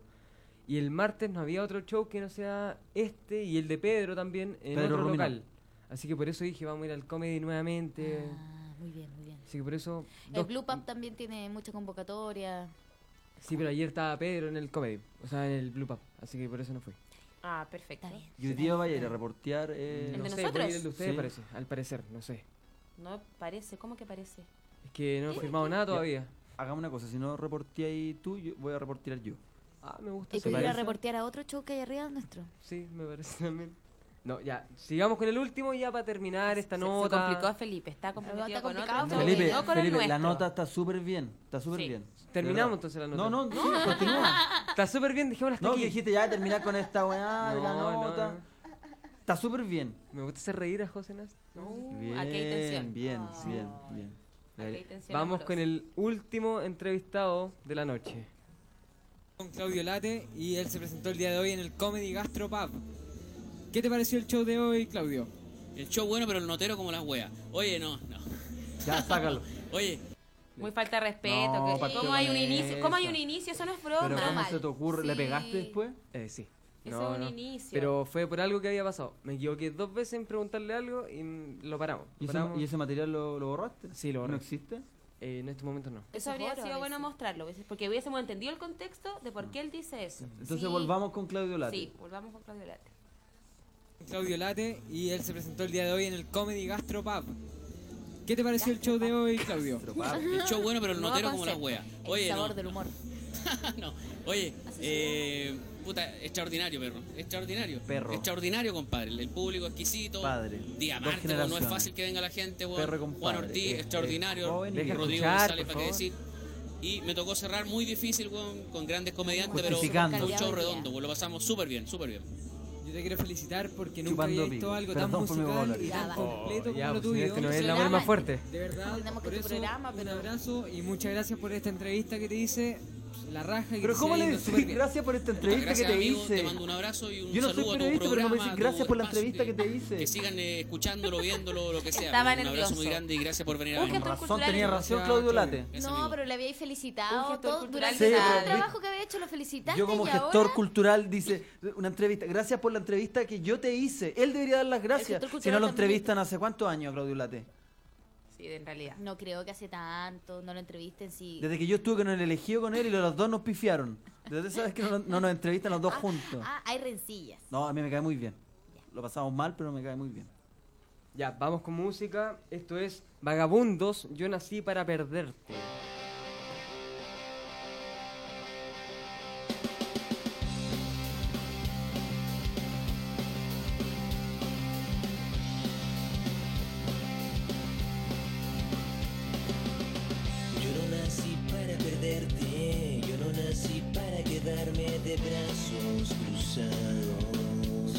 Speaker 3: Y el martes no había otro show que no sea este y el de Pedro también en
Speaker 2: Pedro
Speaker 3: otro
Speaker 2: Romina.
Speaker 3: local. Así que por eso dije, vamos a ir al comedy nuevamente.
Speaker 4: Ah, muy bien, muy bien.
Speaker 3: Así que por eso...
Speaker 4: El
Speaker 3: dos-
Speaker 4: Blue Pub también tiene mucha convocatoria.
Speaker 3: Sí, pero ayer estaba Pedro en el comedy, o sea, en el Blue Pub. Así que por eso no fui.
Speaker 5: Ah, perfecto.
Speaker 2: Y hoy día vaya a ir a reportear. eh,
Speaker 5: ¿El
Speaker 3: no
Speaker 5: de
Speaker 3: sé,
Speaker 5: nosotros?
Speaker 3: puede ir el de ustedes
Speaker 2: Sí.
Speaker 3: parece, al parecer, no sé.
Speaker 5: No parece, ¿cómo que parece?
Speaker 3: Es que no he firmado nada
Speaker 2: Ya,
Speaker 3: todavía.
Speaker 2: Hagamos una cosa, si no reporteáis tú, yo voy a reportear yo.
Speaker 3: Ah, me gusta.
Speaker 4: Y
Speaker 2: ¿Te
Speaker 4: pudiera ir a
Speaker 2: parece?
Speaker 4: reportear a otro show que hay arriba nuestro.
Speaker 3: Sí, me parece también. No, ya, sigamos con el último ya para terminar esta
Speaker 5: Se- Se
Speaker 3: nota.
Speaker 5: complicó a Felipe, está comprometido
Speaker 4: Está
Speaker 5: con
Speaker 4: complicado,
Speaker 5: otro,
Speaker 2: Felipe,
Speaker 5: no con el
Speaker 2: Felipe, la
Speaker 5: nuestro.
Speaker 2: nota está súper bien, está súper
Speaker 5: Sí.
Speaker 2: bien.
Speaker 3: Terminamos
Speaker 2: De
Speaker 3: entonces
Speaker 2: verdad.
Speaker 3: la nota.
Speaker 2: No, no, no, continúa.
Speaker 3: Está súper bien, dejémosla hasta
Speaker 2: No,
Speaker 3: aquí.
Speaker 2: que dijiste ya terminar con esta weá de la
Speaker 3: No, no,
Speaker 2: nota. Está súper bien.
Speaker 3: Me gusta hacer reír a José Nas.
Speaker 2: Bien,
Speaker 5: aquí hay tensión. Ah.
Speaker 2: bien, bien, bien.
Speaker 5: Aquí hay tensión
Speaker 3: Vamos
Speaker 5: amorosa.
Speaker 3: con el último entrevistado de la noche.
Speaker 16: Con Claudio Late y él se presentó el día de hoy en el Comedy Gastro Pub. ¿Qué te pareció el show de hoy, Claudio?
Speaker 17: El show bueno, pero el notero como las weas. Oye, no, no.
Speaker 2: Ya, sácalo.
Speaker 17: Oye,
Speaker 5: Muy falta de respeto.
Speaker 2: No,
Speaker 5: que-
Speaker 2: partió
Speaker 5: ¿cómo, hay un
Speaker 2: con
Speaker 5: inicio? ¿Cómo hay
Speaker 2: esa.
Speaker 5: un inicio? Eso no es
Speaker 2: Pero ¿cómo
Speaker 5: broma.
Speaker 2: se te ocurre? ¿Le
Speaker 5: Sí.
Speaker 2: pegaste después?
Speaker 3: Eh, sí.
Speaker 5: Eso es un inicio.
Speaker 3: Pero fue por algo que había pasado. Me equivoqué dos veces en preguntarle algo y mm, lo paramos.
Speaker 2: ¿Y
Speaker 3: Lo
Speaker 2: ese,
Speaker 3: paramos.
Speaker 2: y ese material lo, lo borraste?
Speaker 3: Sí, lo borré.
Speaker 2: ¿No existe?
Speaker 3: Eh, en estos momentos no.
Speaker 5: Eso habría
Speaker 4: Eso es oro
Speaker 5: sido
Speaker 4: a
Speaker 5: bueno mostrarlo, ¿ves? porque hubiésemos entendido el contexto de por qué él dice eso.
Speaker 2: Entonces
Speaker 5: Sí.
Speaker 2: volvamos con Claudio Late.
Speaker 5: Sí, volvamos con Claudio Late.
Speaker 16: Claudio Late y él se presentó el día de hoy en el Comedy Gastro Pub. ¿Qué te pareció el show de hoy, Claudio?
Speaker 17: el show bueno, pero el
Speaker 16: Nuevo
Speaker 17: notero como las
Speaker 16: concepto.
Speaker 17: weas.
Speaker 16: El
Speaker 17: Oye,
Speaker 16: sabor
Speaker 17: no,
Speaker 16: del
Speaker 17: no. No. Oye, eh, puta, extraordinario, perro. Extraordinario.
Speaker 2: Perro.
Speaker 17: Extraordinario, compadre. El público exquisito.
Speaker 2: Padre.
Speaker 17: Día
Speaker 2: Dos
Speaker 17: martes, weón, no es
Speaker 2: generaciones.
Speaker 17: fácil que venga la gente, weón.
Speaker 2: Perro, compadre.
Speaker 17: Juan Ortiz,
Speaker 2: Eh, eh,
Speaker 17: extraordinario.
Speaker 2: joven y Deja
Speaker 17: Rodrigo
Speaker 2: escuchar,
Speaker 17: González,
Speaker 2: por
Speaker 17: para qué
Speaker 2: favor.
Speaker 17: decir. Y me tocó cerrar muy difícil, weón, con grandes comediantes, pero fue
Speaker 2: Justificando.
Speaker 17: un show
Speaker 2: Calidad de día.
Speaker 17: redondo, weón. Lo pasamos súper bien, súper bien.
Speaker 16: Yo te quiero felicitar porque nunca
Speaker 2: Chupando
Speaker 16: había visto
Speaker 2: pico.
Speaker 16: algo tan
Speaker 2: Perdón por mi
Speaker 16: musical y
Speaker 2: vocabulario.
Speaker 16: tan
Speaker 2: Ya,
Speaker 16: completo
Speaker 2: oh,
Speaker 16: como
Speaker 2: ya,
Speaker 16: lo
Speaker 2: pues, si
Speaker 16: tuyo.
Speaker 2: este no es el amor más fuerte.
Speaker 16: De verdad,
Speaker 4: Entendemos que
Speaker 16: por
Speaker 4: tu
Speaker 16: eso,
Speaker 4: programa,
Speaker 16: un abrazo y muchas gracias por esta entrevista que te hice. La raja y
Speaker 2: Pero
Speaker 16: te
Speaker 2: ¿cómo
Speaker 16: siga
Speaker 2: le
Speaker 16: yendo súper
Speaker 2: decís
Speaker 16: bien.
Speaker 2: gracias por esta entrevista
Speaker 17: Gracias,
Speaker 2: que te
Speaker 17: amigo,
Speaker 2: hice?
Speaker 17: Te mando un abrazo y un
Speaker 2: Yo no soy
Speaker 17: saludo a tu
Speaker 2: periodista, pero me
Speaker 17: programa,
Speaker 2: decís
Speaker 17: a tu
Speaker 2: gracias por la
Speaker 17: espacio,
Speaker 2: entrevista que te hice.
Speaker 17: Que sigan eh, escuchándolo, viéndolo, lo que sea.
Speaker 5: Estaba
Speaker 17: un abrazo
Speaker 5: nervioso.
Speaker 17: muy grande y gracias por venir a
Speaker 2: Con
Speaker 17: vernos.
Speaker 2: razón, tenía razón Claudio Late.
Speaker 4: No, pero le habíais felicitado. Todo, durante
Speaker 2: cultural. Sí,
Speaker 4: todo el
Speaker 2: pero-
Speaker 4: trabajo que había hecho lo felicitaste.
Speaker 2: Yo como
Speaker 4: y
Speaker 2: gestor
Speaker 4: ahora...
Speaker 2: cultural dice una entrevista, gracias por la entrevista que yo te hice. Él debería dar las gracias.
Speaker 4: gestor
Speaker 2: Si no
Speaker 4: cultural
Speaker 2: lo
Speaker 4: también.
Speaker 2: entrevistan hace cuántos años a Claudio Late.
Speaker 5: Sí, en realidad.
Speaker 4: No creo que hace tanto, no lo entrevisten. Sí.
Speaker 2: Desde que yo estuve con el elegido con él y los dos nos pifiaron. Desde esa vez que no, no nos entrevistan los dos juntos.
Speaker 4: Ah, hay Ah, rencillas.
Speaker 2: No, a mí me cae muy bien.
Speaker 13: lo pasamos mal, pero me cae muy bien.
Speaker 3: Ya, vamos con música. Esto es Vagabundos, yo nací para perderte.
Speaker 18: Yo no nací para perderte, yo no nací para quedarme de brazos cruzados.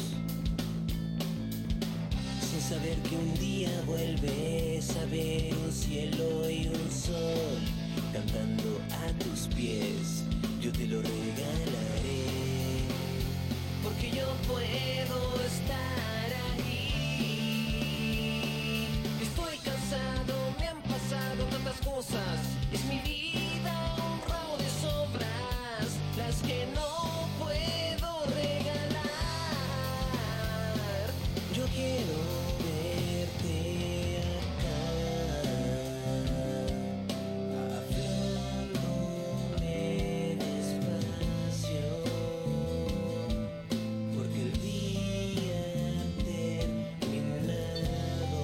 Speaker 18: Sin saber que un día vuelves a ver un cielo y un sol cantando a tus pies, yo te lo regalaré. Porque yo puedo estar ahí. Estoy cansado, me han pasado tantas cosas. Es mi vida un ramo de sobras, las que no puedo regalar. Yo quiero verte acá, aflorándome despacio. Porque el día ha terminado,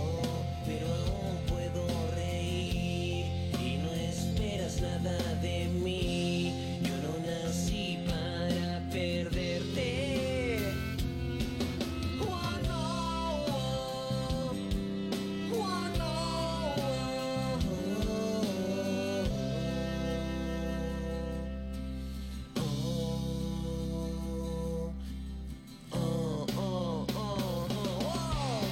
Speaker 18: pero aún puedo reír y no esperas nada de mí. Yo no nací para perderte. Oh, no, oh. Oh, no, oh. Oh. Oh, oh, oh, oh, oh.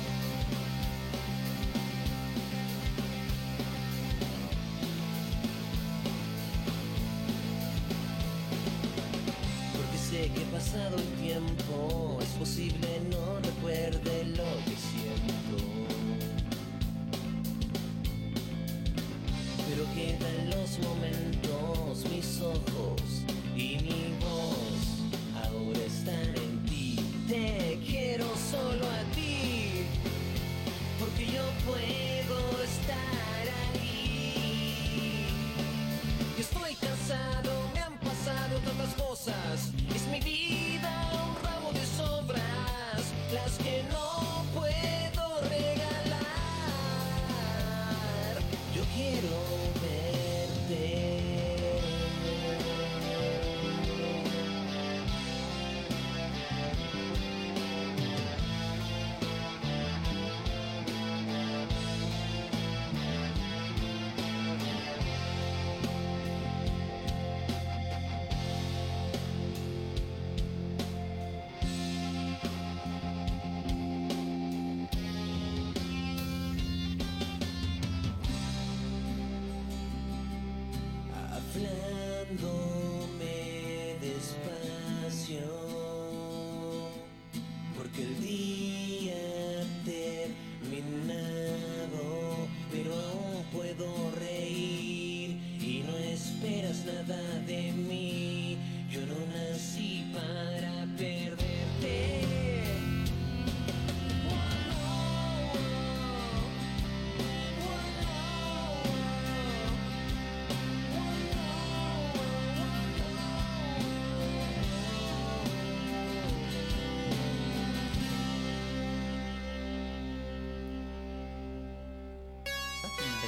Speaker 18: Porque sé que pasado el tiempo es posible no recuerde lo que siento. Pero quedan los momentos, mis ojos y mi voz ahora están en ti. Te quiero solo a ti, porque yo puedo estar ahí. Yo estoy cansado, me han pasado tantas cosas. Es mi vida un ramo de sobras, las que no puedo regalar. Yo quiero verte. hablándome despacio, porque el día ha terminado, pero aún puedo reír y no esperas nada de mí. Yo no nací para perderte.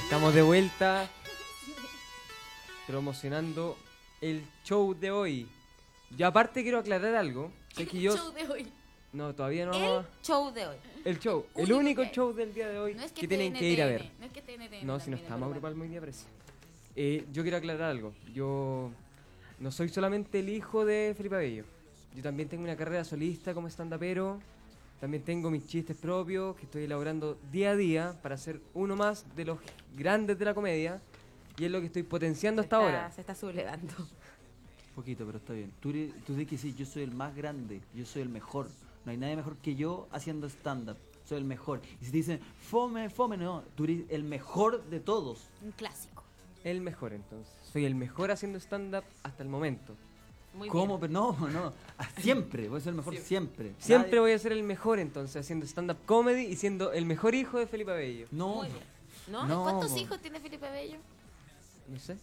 Speaker 3: Estamos de vuelta promocionando el show de hoy. Yo aparte quiero aclarar algo. Es que yo...
Speaker 5: show de hoy.
Speaker 3: No, todavía no...
Speaker 5: El
Speaker 3: vamos
Speaker 5: show de hoy.
Speaker 3: a- El show, el
Speaker 5: único
Speaker 3: único
Speaker 5: que hay.
Speaker 3: show del día de hoy
Speaker 5: No es que
Speaker 3: que tienen
Speaker 5: TNT,
Speaker 3: que ir a ver.
Speaker 5: no es que TNT,
Speaker 3: No, si no está Mauro Palma hoy día parece. Eh, yo quiero aclarar algo. Yo no soy solamente el hijo de Felipe Abello. Yo también tengo una carrera solista como stand-upero. También tengo mis chistes propios que estoy elaborando día a día para ser uno más de los grandes de la comedia. Y es lo que estoy potenciando hasta
Speaker 5: Está-
Speaker 3: ahora.
Speaker 5: Ah, Se está sublevando.
Speaker 13: Poquito, pero está bien. Tú, eres- tú dices que sí, yo soy el más grande, yo soy el mejor. No hay nadie mejor que yo haciendo stand-up. Soy el mejor. Y si te dicen, fome, fome, no, tú eres el mejor de todos.
Speaker 4: Un clásico.
Speaker 3: El mejor entonces. Soy el mejor haciendo stand-up hasta el momento.
Speaker 4: Muy
Speaker 13: ¿Cómo? Pero no, no. Ah, Siempre, voy a ser el mejor siempre.
Speaker 3: Siempre voy a ser el mejor entonces haciendo stand-up comedy y siendo el mejor hijo de Felipe Abello.
Speaker 13: No.
Speaker 4: Muy bien. ¿No?
Speaker 13: No,
Speaker 4: ¿Cuántos
Speaker 13: po.
Speaker 4: hijos tiene Felipe Bello?
Speaker 3: No sé.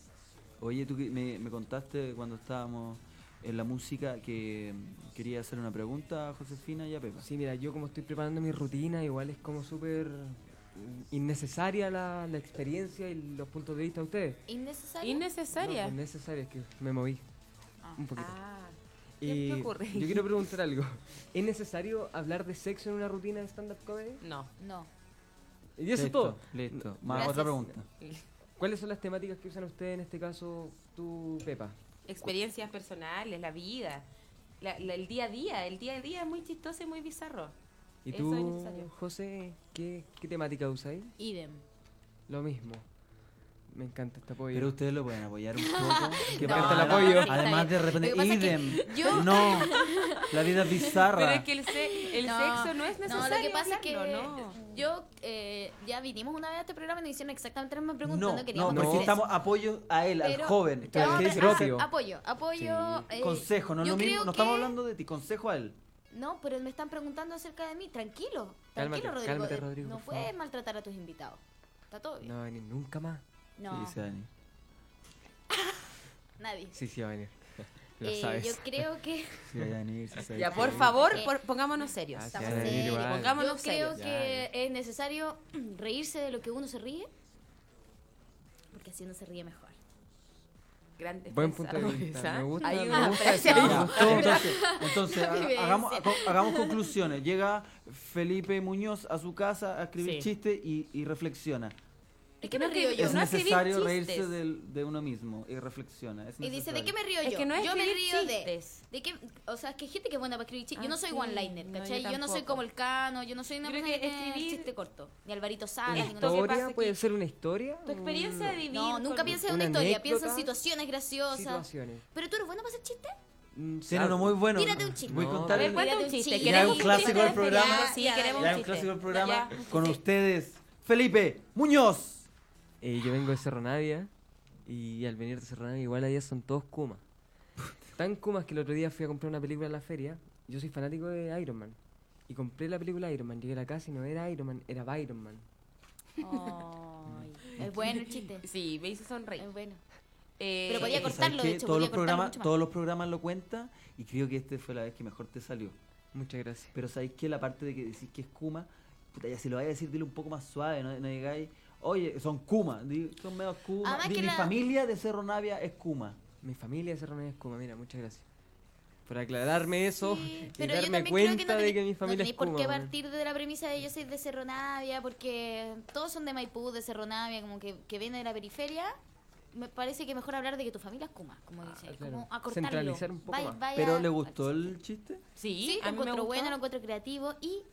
Speaker 13: Oye, tú que me, me contaste cuando estábamos
Speaker 2: en la música que mm, quería hacer una pregunta a Josefina y a Pepa.
Speaker 3: Sí, mira, yo como estoy preparando mi rutina, igual es como súper mm, innecesaria la, la experiencia y los puntos de vista de ustedes.
Speaker 4: ¿Innecesaria?
Speaker 5: Innecesaria.
Speaker 3: No, innecesaria, es que me moví
Speaker 5: Ah.
Speaker 3: un poquito.
Speaker 5: ¿Qué-
Speaker 3: Y
Speaker 5: qué ocurre?
Speaker 3: Yo quiero preguntar algo. ¿Es necesario hablar de sexo en una rutina de stand-up comedy?
Speaker 5: No.
Speaker 4: No.
Speaker 3: Y eso es
Speaker 2: Listo,
Speaker 3: todo.
Speaker 2: listo. Más Gracias. otra pregunta.
Speaker 3: ¿Cuáles son las temáticas que usan ustedes en este caso, tú, Pepa?
Speaker 5: Experiencias personales, la vida, la- la- el día a día. El día a día es muy chistoso y muy bizarro.
Speaker 3: ¿Y
Speaker 5: Eso es
Speaker 3: tú,
Speaker 5: necesario.
Speaker 3: José, qué, qué temática usáis?
Speaker 4: Idem.
Speaker 3: Lo mismo. Me encanta este apoyo.
Speaker 2: Pero ustedes lo pueden apoyar un poco.
Speaker 3: Me
Speaker 2: pasa?
Speaker 3: encanta el apoyo.
Speaker 2: Además de repente,
Speaker 5: Lo que pasa es que
Speaker 2: idem.
Speaker 5: yo-
Speaker 2: No, la vida es bizarra.
Speaker 5: Pero es que el, se- el sexo no es necesario.
Speaker 4: No, lo que pasa es que
Speaker 5: hablarlo, no.
Speaker 4: yo eh, ya vinimos una vez a este programa y nos hicieron exactamente la misma pregunta. No,
Speaker 2: No, no,
Speaker 4: queríamos
Speaker 2: porque
Speaker 4: hacer
Speaker 2: estamos apoyo a él, al
Speaker 4: Pero-
Speaker 2: joven.
Speaker 4: Ya,
Speaker 2: al que
Speaker 4: pero-
Speaker 2: dice
Speaker 4: ah,
Speaker 2: propio.
Speaker 4: Apoyo, apoyo. eh,
Speaker 2: consejo, no es
Speaker 4: yo
Speaker 2: lo mismo.
Speaker 4: creo
Speaker 2: No estamos
Speaker 4: que-
Speaker 2: hablando de ti, consejo a él.
Speaker 4: No, pero me están preguntando acerca de mí. Tranquilo,
Speaker 2: Cálmate,
Speaker 4: tranquilo, Rodrigo.
Speaker 2: cálmate,
Speaker 4: eh,
Speaker 2: Rodrigo,
Speaker 4: No
Speaker 2: por
Speaker 4: puedes
Speaker 2: favor.
Speaker 4: maltratar a tus invitados. Está todo bien.
Speaker 3: No va a venir nunca más.
Speaker 4: No. Sí, se va a venir. Nadie.
Speaker 3: Sí, sí va a venir. Lo
Speaker 4: Eh,
Speaker 3: sabes.
Speaker 4: yo creo que.
Speaker 2: Sí, va a venir, sí, sí,
Speaker 5: Ya,
Speaker 2: sí.
Speaker 5: por favor,
Speaker 4: Eh,
Speaker 5: por- pongámonos serios.
Speaker 2: Ah,
Speaker 4: Estamos
Speaker 2: sí, va a venir
Speaker 4: serios.
Speaker 2: igual.
Speaker 4: Yo
Speaker 5: Pongámonos
Speaker 4: creo
Speaker 5: serios.
Speaker 4: que es necesario reírse de lo que uno se ríe. Porque así uno se ríe mejor.
Speaker 5: Grande.
Speaker 3: Buen punto de vista. Me gusta,
Speaker 5: Hay
Speaker 2: me
Speaker 5: una
Speaker 2: gusta
Speaker 5: frase
Speaker 2: eso,
Speaker 5: ahí.
Speaker 2: me gustó.
Speaker 5: Pero-
Speaker 2: Entonces, entonces,
Speaker 5: Una
Speaker 2: haga-
Speaker 5: vivencia.
Speaker 2: hagamos, haga- hagamos conclusiones. Llega Felipe Muñoz a su casa a escribir
Speaker 5: Sí.
Speaker 2: chistes y, y reflexiona.
Speaker 4: ¿De qué me río yo?
Speaker 2: es
Speaker 4: No escribir
Speaker 2: necesario
Speaker 4: chistes.
Speaker 2: reírse del- de uno mismo y reflexiona. es
Speaker 4: Y dice, ¿de
Speaker 2: necesario.
Speaker 4: qué me río
Speaker 5: Es
Speaker 4: yo?
Speaker 5: que no es
Speaker 4: yo me
Speaker 5: escribir
Speaker 4: río
Speaker 5: chistes.
Speaker 4: de. ¿De qué? O sea, es que hay gente que es buena para escribir chistes.
Speaker 5: Ah,
Speaker 4: yo no soy
Speaker 5: sí.
Speaker 4: one-liner,
Speaker 5: No, yo
Speaker 4: ¿cachai? yo no soy
Speaker 5: tampoco.
Speaker 4: como el Cano, yo no soy una
Speaker 5: Yo creo
Speaker 4: persona
Speaker 5: que
Speaker 4: que escribir...
Speaker 5: escribir-
Speaker 4: chiste corto. Ni Alvarito
Speaker 3: ¿Una
Speaker 4: Salas, ni no sé qué.
Speaker 3: historia? ¿Puede ser una historia?
Speaker 4: Tu
Speaker 5: experiencia de vivir
Speaker 4: No, nunca
Speaker 5: con-
Speaker 4: pienses en una,
Speaker 3: Una
Speaker 4: historia, piensa en
Speaker 3: anécdota,
Speaker 4: situaciones graciosas.
Speaker 3: situaciones.
Speaker 4: Pero tú eres bueno para hacer chistes.
Speaker 3: Mm,
Speaker 2: Tiene uno muy bueno.
Speaker 4: Tírate un chiste.
Speaker 2: Voy a
Speaker 4: No,
Speaker 2: contar
Speaker 4: a ver,
Speaker 2: el-
Speaker 4: cuenta un chiste.
Speaker 2: Ya es
Speaker 4: Queremos
Speaker 2: un clásico
Speaker 4: un
Speaker 2: del
Speaker 4: chiste.
Speaker 2: programa.
Speaker 4: Ya, sí, queremos
Speaker 2: Ya es
Speaker 4: un
Speaker 2: un
Speaker 4: chiste.
Speaker 2: clásico del
Speaker 4: Ya,
Speaker 2: programa.
Speaker 4: ya, un
Speaker 2: Con ustedes, Felipe Muñoz.
Speaker 3: Eh, yo vengo de Cerro Navia y al venir de Cerro Navia igual allá son todos Kumas. Tan Kumas que el otro día fui a comprar una película en la feria. Yo soy fanático de Iron Man. Y compré la película Iron Man. Llegué a la casa y no era Iron Man, era Byron Man.
Speaker 4: Es bueno el chiste.
Speaker 5: Sí, me hizo sonreír.
Speaker 4: Es bueno.
Speaker 5: Eh,
Speaker 4: Pero podía
Speaker 2: Es que, ¿sabes
Speaker 4: cortarlo, de
Speaker 2: qué?
Speaker 4: hecho,
Speaker 2: Todos
Speaker 4: podía
Speaker 2: los,
Speaker 4: cortarlo
Speaker 2: programas,
Speaker 4: mucho más.
Speaker 2: todos los programas lo cuentan y creo que este fue la vez que mejor te salió.
Speaker 3: Muchas gracias.
Speaker 2: Pero sabéis que la parte de que decís que es Kuma, puta, ya si lo vais a decir, dile un poco más suave, no, no digáis, oye, son Kuma, di- son medio Kuma.
Speaker 4: Además
Speaker 2: Di-
Speaker 4: que
Speaker 2: mi
Speaker 4: la-
Speaker 2: familia de Cerro Navia es Kuma.
Speaker 3: Mi familia de Cerro Navia es Kuma, mira, muchas gracias. Por aclararme eso y
Speaker 4: Pero yo
Speaker 3: darme
Speaker 4: también creo que
Speaker 3: cuenta
Speaker 4: no
Speaker 3: de que
Speaker 4: tenéis
Speaker 3: mi
Speaker 4: no
Speaker 3: familia
Speaker 4: tenéis
Speaker 3: es
Speaker 4: por
Speaker 3: Kuma.
Speaker 4: qué
Speaker 3: weón.
Speaker 4: partir de la premisa de yo soy de Cerro Navia, porque todos son de Maipú, de Cerro Navia, como que, que viene de la periferia. Me parece que mejor hablar de que tu familia es Kuma, como dice,
Speaker 2: claro.
Speaker 4: Eh, como acortarlo.
Speaker 2: Centralizar un poco
Speaker 4: Vaya-
Speaker 2: más.
Speaker 4: vaya-
Speaker 2: ¿Pero le gustó el chiste?
Speaker 5: Sí,
Speaker 4: Sí,
Speaker 5: a
Speaker 4: lo
Speaker 5: mí me
Speaker 4: encuentro
Speaker 5: gustó.
Speaker 4: bueno, lo encuentro creativo y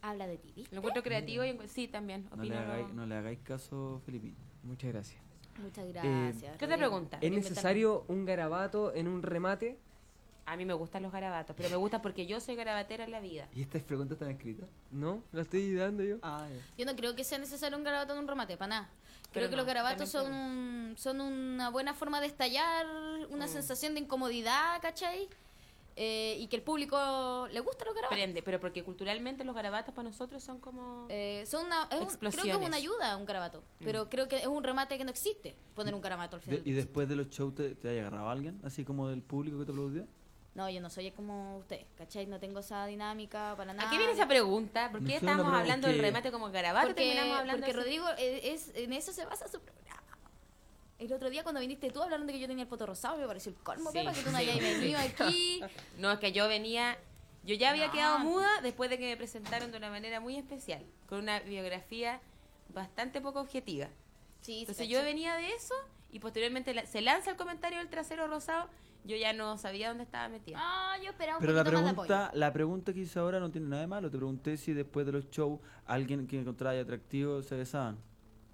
Speaker 4: habla de ti. ¿viste?
Speaker 5: Lo encuentro creativo y encu- sí, también.
Speaker 2: No le,
Speaker 5: opino lo-
Speaker 2: hagáis, no le hagáis caso, Felipe.
Speaker 3: Muchas gracias.
Speaker 4: Muchas
Speaker 3: Eh,
Speaker 4: gracias.
Speaker 5: ¿Qué otra pregunta?
Speaker 3: ¿Es necesario un garabato en un remate?
Speaker 5: A mí me gustan los garabatos, pero me gusta porque yo soy garabatera en la vida.
Speaker 2: ¿Y estas preguntas están escritas?
Speaker 3: No, la estoy dando yo.
Speaker 4: Yo no creo que sea necesario un garabato en un remate, para nada. Creo
Speaker 5: Pero no,
Speaker 4: que los garabatos son,
Speaker 5: también
Speaker 4: un- son una buena forma de estallar una
Speaker 5: Mm.
Speaker 4: sensación de incomodidad, ¿cachai? Eh, y que el público le gusta los garabatos.
Speaker 5: Prende, pero porque culturalmente los garabatos para nosotros son como...
Speaker 4: Eh, son una, es un- creo que es
Speaker 5: Explosiones. Mm.
Speaker 4: una ayuda un garabato, pero creo que es un remate que no existe poner un garabato al final.
Speaker 2: De- ¿Y después de los shows te, te haya agarrado alguien? Así como del público que te aplaudió.
Speaker 4: No, yo no soy como usted, ¿cachai? No tengo esa dinámica para nada.
Speaker 5: ¿A qué viene esa pregunta? ¿Por
Speaker 2: No
Speaker 5: qué
Speaker 2: sé, una
Speaker 5: estamos
Speaker 2: pregunta
Speaker 5: hablando del
Speaker 2: que-
Speaker 5: remate como garabato?
Speaker 4: porque,
Speaker 5: terminamos hablando
Speaker 4: porque
Speaker 5: de-
Speaker 4: Rodrigo eh, es, en eso se basa su programa. El otro día cuando viniste tú hablaron de que yo tenía el poto rosado, me pareció el colmo,
Speaker 5: Sí,
Speaker 4: Pepa, que tú no
Speaker 5: sí.
Speaker 4: hayas venido aquí.
Speaker 5: No, es que yo venía... Yo ya había
Speaker 4: No.
Speaker 5: quedado muda después de que me presentaron de una manera muy especial, con una biografía bastante poco objetiva.
Speaker 4: Sí,
Speaker 5: Entonces
Speaker 4: caché.
Speaker 5: yo venía de eso y posteriormente la- se lanza el comentario del trasero rosado, yo ya no sabía dónde estaba metida.
Speaker 4: Ah, yo esperaba
Speaker 2: Pero la pregunta, la pregunta que hice ahora no tiene nada de malo. Te pregunté si después de los shows alguien que encontraba atractivo se besaban.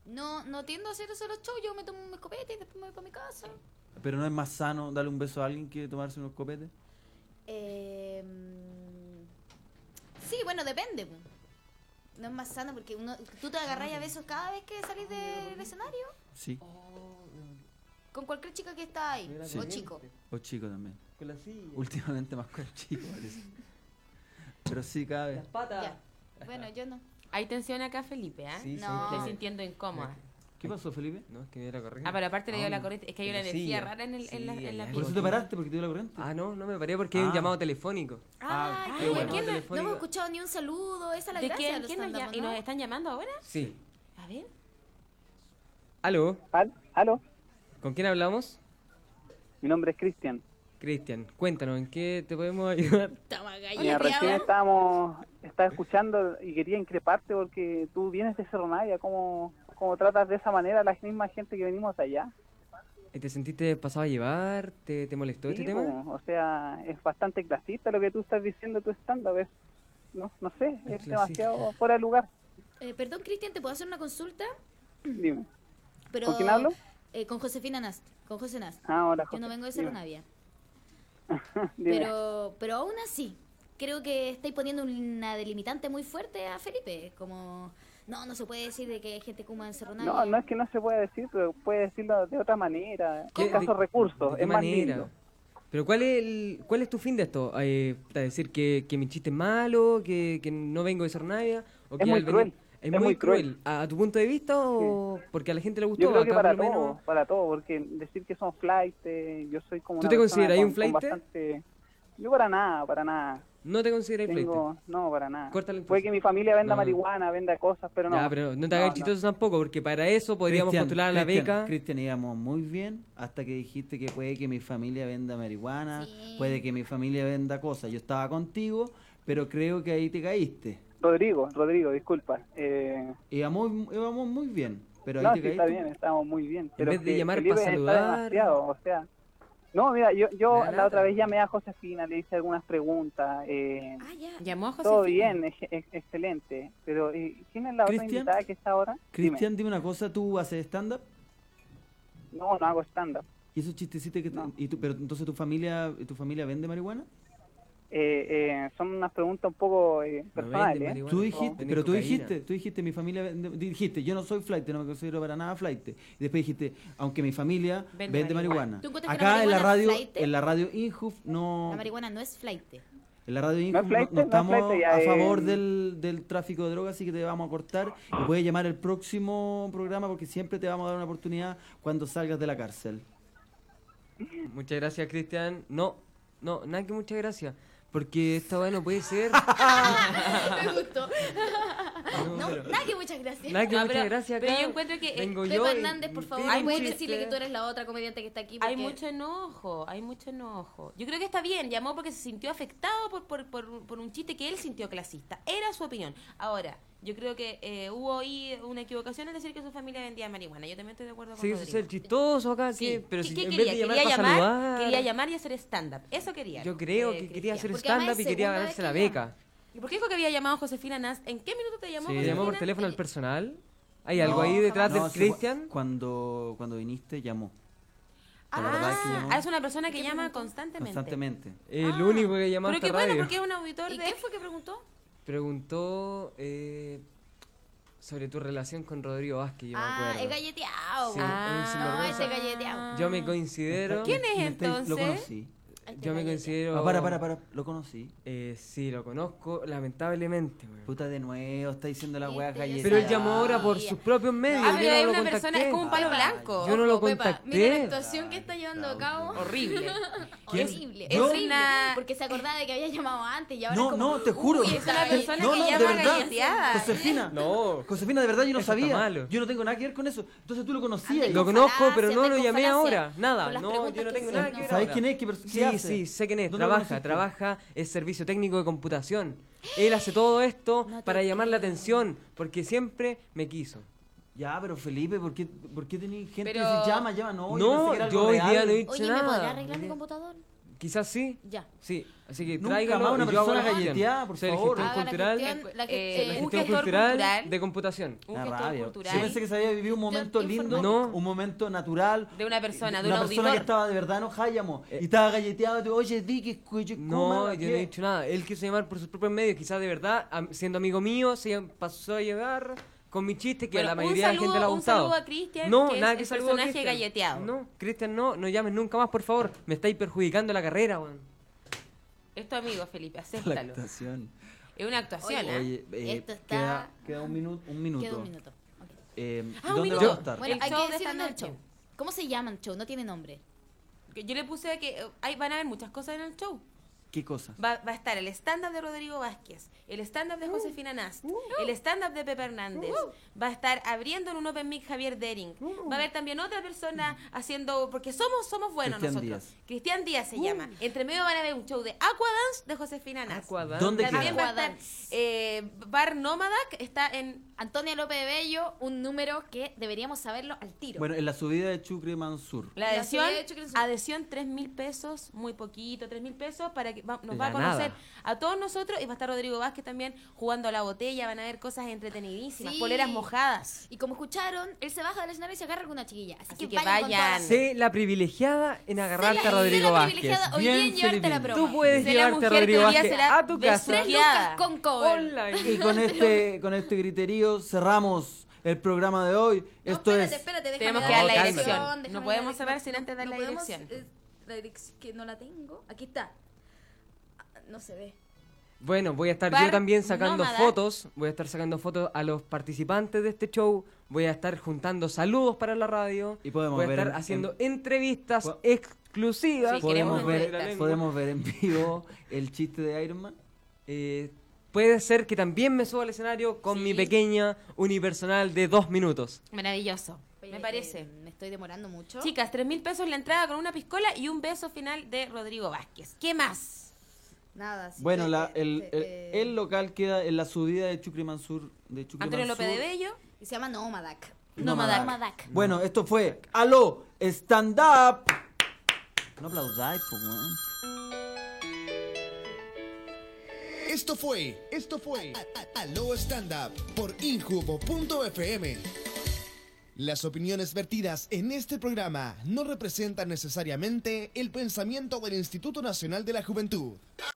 Speaker 4: No, no tiendo a hacer eso en los shows, yo me tomo un escopete y después me voy para mi casa.
Speaker 2: Pero no es más sano darle un beso a alguien que tomarse unos copetes.
Speaker 4: Eh, mm, Em, sí, bueno, depende. po. No es más sano porque uno, tú te agarras a besos cada vez que salís del escenario
Speaker 2: Sí.
Speaker 4: con cualquier chica que está ahí,
Speaker 2: Sí.
Speaker 4: Oh. o chico.
Speaker 2: O chico también.
Speaker 3: Con la silla.
Speaker 2: Últimamente más con el chico, parece. Pero sí cabe.
Speaker 5: Pata.
Speaker 4: Bueno, yo no.
Speaker 5: Hay tensión acá, Felipe, ¿ah?
Speaker 2: Sí, sí,
Speaker 5: no.
Speaker 2: hay
Speaker 5: Estoy
Speaker 2: tensión.
Speaker 5: sintiendo incómoda.
Speaker 2: ¿Qué pasó, Felipe?
Speaker 3: No, es que me dio la corriente.
Speaker 5: Ah, pero aparte le dio la corriente. Es que hay una
Speaker 3: Pero
Speaker 5: energía
Speaker 3: sí,
Speaker 5: rara en, el, en la, en la
Speaker 3: hay
Speaker 5: piel.
Speaker 2: eso te paraste, porque te dio la corriente.
Speaker 3: Ah, no, no me paré porque hay
Speaker 2: Ah.
Speaker 3: un llamado telefónico.
Speaker 4: Ah,
Speaker 3: Ah,
Speaker 4: qué
Speaker 3: qué
Speaker 4: bueno.
Speaker 3: bueno.
Speaker 4: No hemos escuchado ni un saludo. Esa es la
Speaker 5: ¿De
Speaker 4: gracia
Speaker 5: quién-
Speaker 4: los
Speaker 5: quién nos
Speaker 4: stand-up,
Speaker 5: llama- y
Speaker 4: ¿no?
Speaker 5: nos están llamando ahora?
Speaker 3: Sí.
Speaker 5: A ver.
Speaker 3: ¿Aló?
Speaker 19: ¿Aló?
Speaker 3: ¿Con quién hablamos?
Speaker 19: Mi nombre es Cristian.
Speaker 3: Cristian, cuéntanos, ¿en qué te podemos ayudar?
Speaker 19: Mira, recién estábamos, estaba escuchando y quería increparte porque tú vienes de Cerro Navia, ¿cómo, cómo tratas de esa manera a la misma gente que venimos de allá?
Speaker 3: ¿Y ¿Te sentiste pasado a llevar? ¿Te, te molestó
Speaker 19: Sí,
Speaker 3: este tema?
Speaker 19: po, o sea, es bastante clasista lo que tú estás diciendo, tu stand-up es, no, no sé, es,
Speaker 3: clasista.
Speaker 19: demasiado fuera de lugar.
Speaker 4: Eh, perdón, Cristian, ¿te puedo hacer una consulta?
Speaker 19: Dime.
Speaker 4: Pero,
Speaker 19: ¿Con quién hablo?
Speaker 4: eh, con Josefina Nast. Con José Nast.
Speaker 19: Ah, hola,
Speaker 4: Yo no
Speaker 19: José,
Speaker 4: vengo de Cerro
Speaker 19: dime.
Speaker 4: Navia.
Speaker 19: Dime.
Speaker 4: Pero, pero aún así, creo que estáis poniendo una delimitante muy fuerte a Felipe. Como, no, no se puede decir de que hay gente Kuma en Cerro Navia.
Speaker 19: No, no es que no se pueda decir, pero puede decirlo de otra manera,
Speaker 3: ¿Qué-
Speaker 19: con casos
Speaker 3: de-
Speaker 19: recursos,
Speaker 3: ¿De qué
Speaker 19: es más lindo.
Speaker 3: Pero ¿cuál es, el- ¿cuál es tu fin de esto? Eh, ¿te ¿Decir que, que mi chiste es malo, que, que no vengo de ser nadie? O
Speaker 19: Es
Speaker 3: que
Speaker 19: muy
Speaker 3: al venir-
Speaker 19: cruel,
Speaker 3: Es, muy cruel. ¿A, a tu punto de vista o porque a la gente le gustó?
Speaker 19: Yo creo que
Speaker 3: Acá, por
Speaker 19: para
Speaker 3: lo menos-
Speaker 19: todo, para todo, porque decir que son flight, yo soy como
Speaker 3: ¿Tú
Speaker 19: una
Speaker 3: te
Speaker 19: persona
Speaker 3: consideras
Speaker 19: con-
Speaker 3: un
Speaker 19: con
Speaker 3: flaite?
Speaker 19: bastante- Yo para nada, para nada.
Speaker 3: ¿No te consideras
Speaker 19: Tengo-
Speaker 3: flaite?
Speaker 19: No, para nada.
Speaker 3: Córtale entonces.
Speaker 19: Puede que mi familia venda
Speaker 3: No.
Speaker 19: marihuana, venda cosas, pero no.
Speaker 3: Ya, pero no te hagas
Speaker 19: No, no.
Speaker 3: chistoso tampoco, porque para eso podríamos
Speaker 2: Cristian,
Speaker 3: postular a la
Speaker 2: Cristian,
Speaker 3: beca.
Speaker 2: Cristian, íbamos muy bien hasta que dijiste que puede que mi familia venda marihuana, puede que mi familia venda cosas. Yo estaba contigo, pero creo que ahí te caíste.
Speaker 19: Rodrigo, Rodrigo, disculpa. Eh,
Speaker 2: Íbamos, íbamos muy bien, pero ahí
Speaker 19: no,
Speaker 2: te
Speaker 19: sí,
Speaker 2: caíste.
Speaker 19: está bien, eh. estamos muy bien. Pero
Speaker 2: vez de
Speaker 19: que
Speaker 2: llamar
Speaker 19: Felipe
Speaker 2: pa'
Speaker 19: está
Speaker 2: saludar.
Speaker 19: demasiado, o sea. No, mira, yo, yo
Speaker 5: Da
Speaker 19: la otra
Speaker 5: lata.
Speaker 19: vez llamé a Josefina, le hice algunas preguntas. Eh,
Speaker 5: Ah, Llamó a José.
Speaker 19: todo bien, ex- ex- excelente. Pero, eh, ¿quién es la otra
Speaker 2: Cristian.
Speaker 19: invitada que está ahora? Dime.
Speaker 2: Cristian, dime una cosa, ¿tú haces stand-up?
Speaker 19: No, no hago stand-up.
Speaker 2: ¿Y esos chistecitos que... te- ¿Y tú, pero entonces tu familia, tu familia vende marihuana?
Speaker 19: Eh, eh, son unas preguntas un poco eh, personales. ¿eh?
Speaker 2: Tú dijiste,
Speaker 19: Son-
Speaker 2: pero tú dijiste, tú dijiste, mi familia, vende- dijiste, yo no soy flight, no me considero para nada flight. Y después dijiste, aunque mi familia
Speaker 4: Vende
Speaker 2: vende,
Speaker 4: marihuana.
Speaker 2: marihuana.
Speaker 4: ¿Tú encuentras que la
Speaker 2: Acá en la
Speaker 4: marihuana es
Speaker 2: radio,
Speaker 4: flight?
Speaker 2: en la radio Inhoof
Speaker 4: La
Speaker 2: no,
Speaker 4: marihuana no es flight.
Speaker 2: en la radio Inhoof no,
Speaker 19: flight,
Speaker 2: no
Speaker 19: no es
Speaker 2: estamos
Speaker 19: flight, ya,
Speaker 2: a
Speaker 19: eh.
Speaker 2: favor del, del tráfico de drogas, así que te vamos a cortar y puedes llamar el próximo programa porque siempre te vamos a dar una oportunidad cuando salgas de la cárcel.
Speaker 3: Muchas gracias, Cristian. No, no, nada que muchas gracias. Porque esta weá no puede ser.
Speaker 4: Me gustó.
Speaker 3: No,
Speaker 4: No,
Speaker 3: pero-
Speaker 4: nada que muchas gracias.
Speaker 3: Nada que No, muchas pero- gracias
Speaker 5: pero acá. yo encuentro que, eh, Vengo
Speaker 4: Pepa
Speaker 5: yo y-
Speaker 4: Hernández, por favor,
Speaker 5: Hay
Speaker 4: puedes
Speaker 5: mucho-
Speaker 4: decirle que tú eres la otra comediante que está aquí.
Speaker 5: Hay
Speaker 4: porque-
Speaker 5: mucho enojo, hay mucho enojo. Yo creo que está bien, llamó porque se sintió afectado por, por, por, por un chiste que él sintió clasista. Era su opinión. Ahora, yo creo que eh, hubo ahí una equivocación al decir que su familia vendía marihuana. Yo también estoy de acuerdo
Speaker 3: Sí,
Speaker 5: con
Speaker 3: eso es
Speaker 5: Rodrigo.
Speaker 3: el chistoso acá. que- pero
Speaker 5: ¿Qué,
Speaker 3: si
Speaker 5: qué
Speaker 3: en
Speaker 5: quería?
Speaker 3: vez de llamar
Speaker 5: quería,
Speaker 3: para
Speaker 5: llamar,
Speaker 3: saludar.
Speaker 5: quería llamar y hacer stand-up. Eso quería. Eh,
Speaker 3: Yo creo que quería hacer stand-up y quería ganarse la beca.
Speaker 5: ¿Y por qué dijo que había llamado a Josefina Nas? ¿En qué minuto te llamó?
Speaker 3: Sí,
Speaker 5: Josefina?
Speaker 3: llamó por teléfono al personal. ¿Hay
Speaker 2: No,
Speaker 3: algo ahí detrás
Speaker 2: no,
Speaker 3: de
Speaker 2: sí,
Speaker 3: Cristian?
Speaker 2: cu- Cuando, cuando viniste, llamó. La verdad es que
Speaker 5: Ah,
Speaker 2: llamó
Speaker 5: ah, es una persona que llama constantemente.
Speaker 2: constantemente.
Speaker 3: El único que llamó
Speaker 5: Pero
Speaker 3: hasta
Speaker 5: qué bueno,
Speaker 3: radio.
Speaker 5: porque es un auditor de... quién fue que preguntó?
Speaker 3: Preguntó eh, sobre tu relación con Rodrigo Vázquez, yo me
Speaker 4: Ah,
Speaker 3: acuerdo.
Speaker 4: es galleteado.
Speaker 3: Sí,
Speaker 4: güey.
Speaker 5: Ah.
Speaker 3: es un
Speaker 4: no,
Speaker 3: sinvergüenza.
Speaker 4: ese galleteado.
Speaker 3: Yo me considero...
Speaker 4: Ah, este
Speaker 3: este
Speaker 4: ¿Quién es
Speaker 2: Me estáis- Lo conocí.
Speaker 3: Yo me considero...
Speaker 2: Ah, para, para, para. ¿Lo conocí?
Speaker 3: Eh, sí, lo conozco, lamentablemente. weón.
Speaker 2: Puta de nuevo, está diciendo la weá galleta.
Speaker 3: Pero él llamó ahora por sus propios medios.
Speaker 5: Ah,
Speaker 3: yo
Speaker 5: pero
Speaker 3: no
Speaker 5: es
Speaker 3: lo
Speaker 5: una
Speaker 3: contacté.
Speaker 5: persona, es como un palo blanco.
Speaker 3: Yo no lo
Speaker 4: Pepa, mira la
Speaker 3: contacté.
Speaker 4: actuación que está llevando a cabo.
Speaker 5: Horrible.
Speaker 2: ¿Quién?
Speaker 4: horrible.
Speaker 2: ¿Yo?
Speaker 4: horrible, Porque se acordaba de que había llamado antes y ahora es
Speaker 2: No,
Speaker 4: como,
Speaker 2: no, te juro.
Speaker 4: uy, esa
Speaker 2: Te-
Speaker 4: persona
Speaker 2: no,
Speaker 4: que
Speaker 2: no,
Speaker 4: llama
Speaker 2: de verdad. Pues, eh,
Speaker 4: galleteada.
Speaker 2: Josefina.
Speaker 3: No.
Speaker 2: Josefina, de verdad yo no
Speaker 3: Eso está
Speaker 2: sabía.
Speaker 3: malo.
Speaker 2: Yo no tengo nada que ver con eso. Entonces tú lo conocías.
Speaker 3: Lo conozco, pero no lo llamé ahora. Nada, no, yo no tengo
Speaker 4: Ah,
Speaker 3: nada que ver
Speaker 2: ¿Sabes
Speaker 3: ahora.
Speaker 2: quién es? ¿Qué pers- qué
Speaker 3: Sí,
Speaker 2: hace?
Speaker 3: sí, sé quién es.
Speaker 2: ¿Dónde lo
Speaker 3: Trabaja,
Speaker 2: conociste?
Speaker 3: trabaja, es servicio técnico de computación. Él hace todo esto para llamar la atención, porque siempre me quiso.
Speaker 2: Ya, pero Felipe, ¿por qué, por qué tenés gente
Speaker 3: Pero-
Speaker 2: que dice llama, llama?
Speaker 3: No,
Speaker 2: No, yo, pensé que era algo
Speaker 3: yo hoy día
Speaker 2: real.
Speaker 3: no he dicho
Speaker 4: Oye, ¿me podrá arreglar mi computador?
Speaker 3: Quizás sí.
Speaker 4: Ya.
Speaker 3: Sí, así que
Speaker 2: Nunca
Speaker 3: tráigalo
Speaker 2: más una
Speaker 3: y yo hago la
Speaker 2: persona
Speaker 3: gestión.
Speaker 2: galleteada, por
Speaker 3: Soy el
Speaker 2: favor.
Speaker 3: gestor
Speaker 2: Haga la
Speaker 3: cultural,
Speaker 4: gestión- la
Speaker 3: eh, la
Speaker 4: gestión- Un
Speaker 3: gestor
Speaker 4: gestor
Speaker 3: cultural
Speaker 4: cultural.
Speaker 3: de computación.
Speaker 2: Una rabia.
Speaker 5: cultural.
Speaker 2: Yo pensé que se había vivido un momento lindo, un momento natural.
Speaker 5: De una persona, de un
Speaker 2: una persona que
Speaker 5: auditor.
Speaker 2: estaba de verdad enojada llamó y estaba galleteada. tú, Oye, di que escuche,
Speaker 3: No, yo no he dicho nada. Él quiso llamar por sus propios medios. Quizás de verdad, am- siendo amigo mío, se llam- pasó a llegar con mi chiste que
Speaker 5: Bueno,
Speaker 3: a la
Speaker 5: un
Speaker 3: mayoría de la gente le ha
Speaker 5: saludo- un
Speaker 3: gustado.
Speaker 5: saludo a Cristian,
Speaker 3: no,
Speaker 5: que es
Speaker 3: nada
Speaker 5: el
Speaker 3: que saludo a
Speaker 5: personaje
Speaker 3: Cristian.
Speaker 5: galleteado.
Speaker 3: No, Cristian, no, no llames nunca más, por favor. Me estáis perjudicando la carrera, weón.
Speaker 5: Es tu amigo, Felipe, acéptalo.
Speaker 2: actuación.
Speaker 5: Es una actuación, ¿eh?
Speaker 2: Oye, eh, queda, queda un, minuto un minuto.
Speaker 5: queda un minuto.
Speaker 2: eh,
Speaker 5: Ah, un
Speaker 2: ¿dónde
Speaker 5: minuto.
Speaker 2: va a estar?
Speaker 4: Bueno,
Speaker 5: El
Speaker 4: hay
Speaker 5: show
Speaker 4: que
Speaker 5: de
Speaker 4: decir el
Speaker 5: esta
Speaker 4: nombre del
Speaker 5: noche.
Speaker 4: show. ¿Cómo se llama el show? No tiene nombre.
Speaker 5: Que Yo le puse que eh, ahí van a haber muchas cosas en el show.
Speaker 2: ¿Qué cosa?
Speaker 5: Va, va a estar el stand-up de Rodrigo Vázquez, el stand-up
Speaker 2: Uh.
Speaker 5: de Josefina Nast, el stand-up de Pepe Hernández, va a estar abriendo en un Open Mic Javier Dering,
Speaker 2: Uh.
Speaker 5: va a haber también otra persona haciendo, porque somos somos buenos
Speaker 2: Cristian
Speaker 5: nosotros.
Speaker 2: Díaz. Uh.
Speaker 5: Cristian Díaz se llama. Entre medio van a haber un show de Aquadance de Josefina Nast.
Speaker 2: Aquadance. ¿Dónde
Speaker 5: También
Speaker 2: queda?
Speaker 5: va a estar eh, Bar Nómada, que está en...
Speaker 4: Antonia López de Bello, un número que deberíamos saberlo al tiro.
Speaker 2: Bueno, en la subida de Chucre Mansur.
Speaker 5: La adhesión,
Speaker 4: La subida de Chucre
Speaker 5: adhesión 3 mil pesos, muy poquito, 3 mil pesos, para que va- nos
Speaker 2: De
Speaker 5: va a
Speaker 2: la
Speaker 5: conocer
Speaker 2: nada.
Speaker 5: a todos nosotros y va a estar Rodrigo Vázquez también jugando a la botella, van a ver cosas entretenidísimas,
Speaker 4: Sí.
Speaker 5: poleras mojadas.
Speaker 4: Y como escucharon, él se baja del escenario y se agarra con una chiquilla. Así,
Speaker 5: que
Speaker 4: que, vayan. con
Speaker 5: vayan.
Speaker 4: todas.
Speaker 3: Sé la privilegiada en agarrarte
Speaker 4: Sé
Speaker 3: a
Speaker 4: la-
Speaker 3: Rodrigo
Speaker 4: sé la
Speaker 3: Vázquez.
Speaker 4: privilegiada, hoy bien llevarte la broma.
Speaker 3: Tú puedes
Speaker 4: Sé la
Speaker 3: llevarte a
Speaker 4: mujer que
Speaker 3: Rodrigo
Speaker 4: hoy día
Speaker 3: Vázquez
Speaker 4: será
Speaker 3: a tu casa.
Speaker 4: Tres lucas con cover.
Speaker 2: Y con este, con este griterío cerramos el programa de hoy. Esto es.
Speaker 4: Espérate, déjame
Speaker 5: Tenemos que dar
Speaker 4: dar
Speaker 5: la
Speaker 2: No,
Speaker 5: dirección.
Speaker 2: cálmate.
Speaker 4: déjame
Speaker 5: No
Speaker 4: la
Speaker 5: podemos
Speaker 4: dirección.
Speaker 5: saber sin antes dar
Speaker 4: No
Speaker 5: la
Speaker 4: podemos,
Speaker 5: dirección.
Speaker 4: eh, la dirección que no la tengo. Aquí está. Ah, No se ve.
Speaker 3: Bueno, voy a estar
Speaker 4: Bar
Speaker 3: yo también sacando
Speaker 4: Nómada.
Speaker 3: fotos. Voy a estar sacando fotos a los participantes de este show. Voy a estar juntando saludos para la radio. Y
Speaker 2: podemos
Speaker 3: voy a
Speaker 2: ver
Speaker 3: estar
Speaker 2: en-
Speaker 3: haciendo entrevistas exclusivas.
Speaker 2: podemos, ver,
Speaker 3: Lengua.
Speaker 2: podemos ver en vivo el chiste de Iron Man. Eh,
Speaker 3: Puede ser que también me suba al escenario con mi pequeña unipersonal de dos minutos.
Speaker 5: Maravilloso. Me parece.
Speaker 4: eh, Me estoy demorando mucho.
Speaker 5: Chicas, 3 mil pesos la entrada con una piscola y un beso final de Rodrigo Vázquez. ¿Qué más?
Speaker 4: Nada. sí. eh.
Speaker 2: bueno, la- el, el- el local queda en la subida de Chucre Mansur. De Chucre
Speaker 4: Antonio
Speaker 2: Mansur.
Speaker 4: López de Bello. Y se llama Nomadac.
Speaker 2: Nómada.
Speaker 4: Nómadac.
Speaker 2: Bueno, esto fue Aló, Stand Up. No aplaudáis, po, weón.
Speaker 10: Esto fue, esto fue A- A- Aló Stand Up por Injubo.fm. Las opiniones vertidas en este programa no representan necesariamente el pensamiento del Instituto Nacional de la Juventud.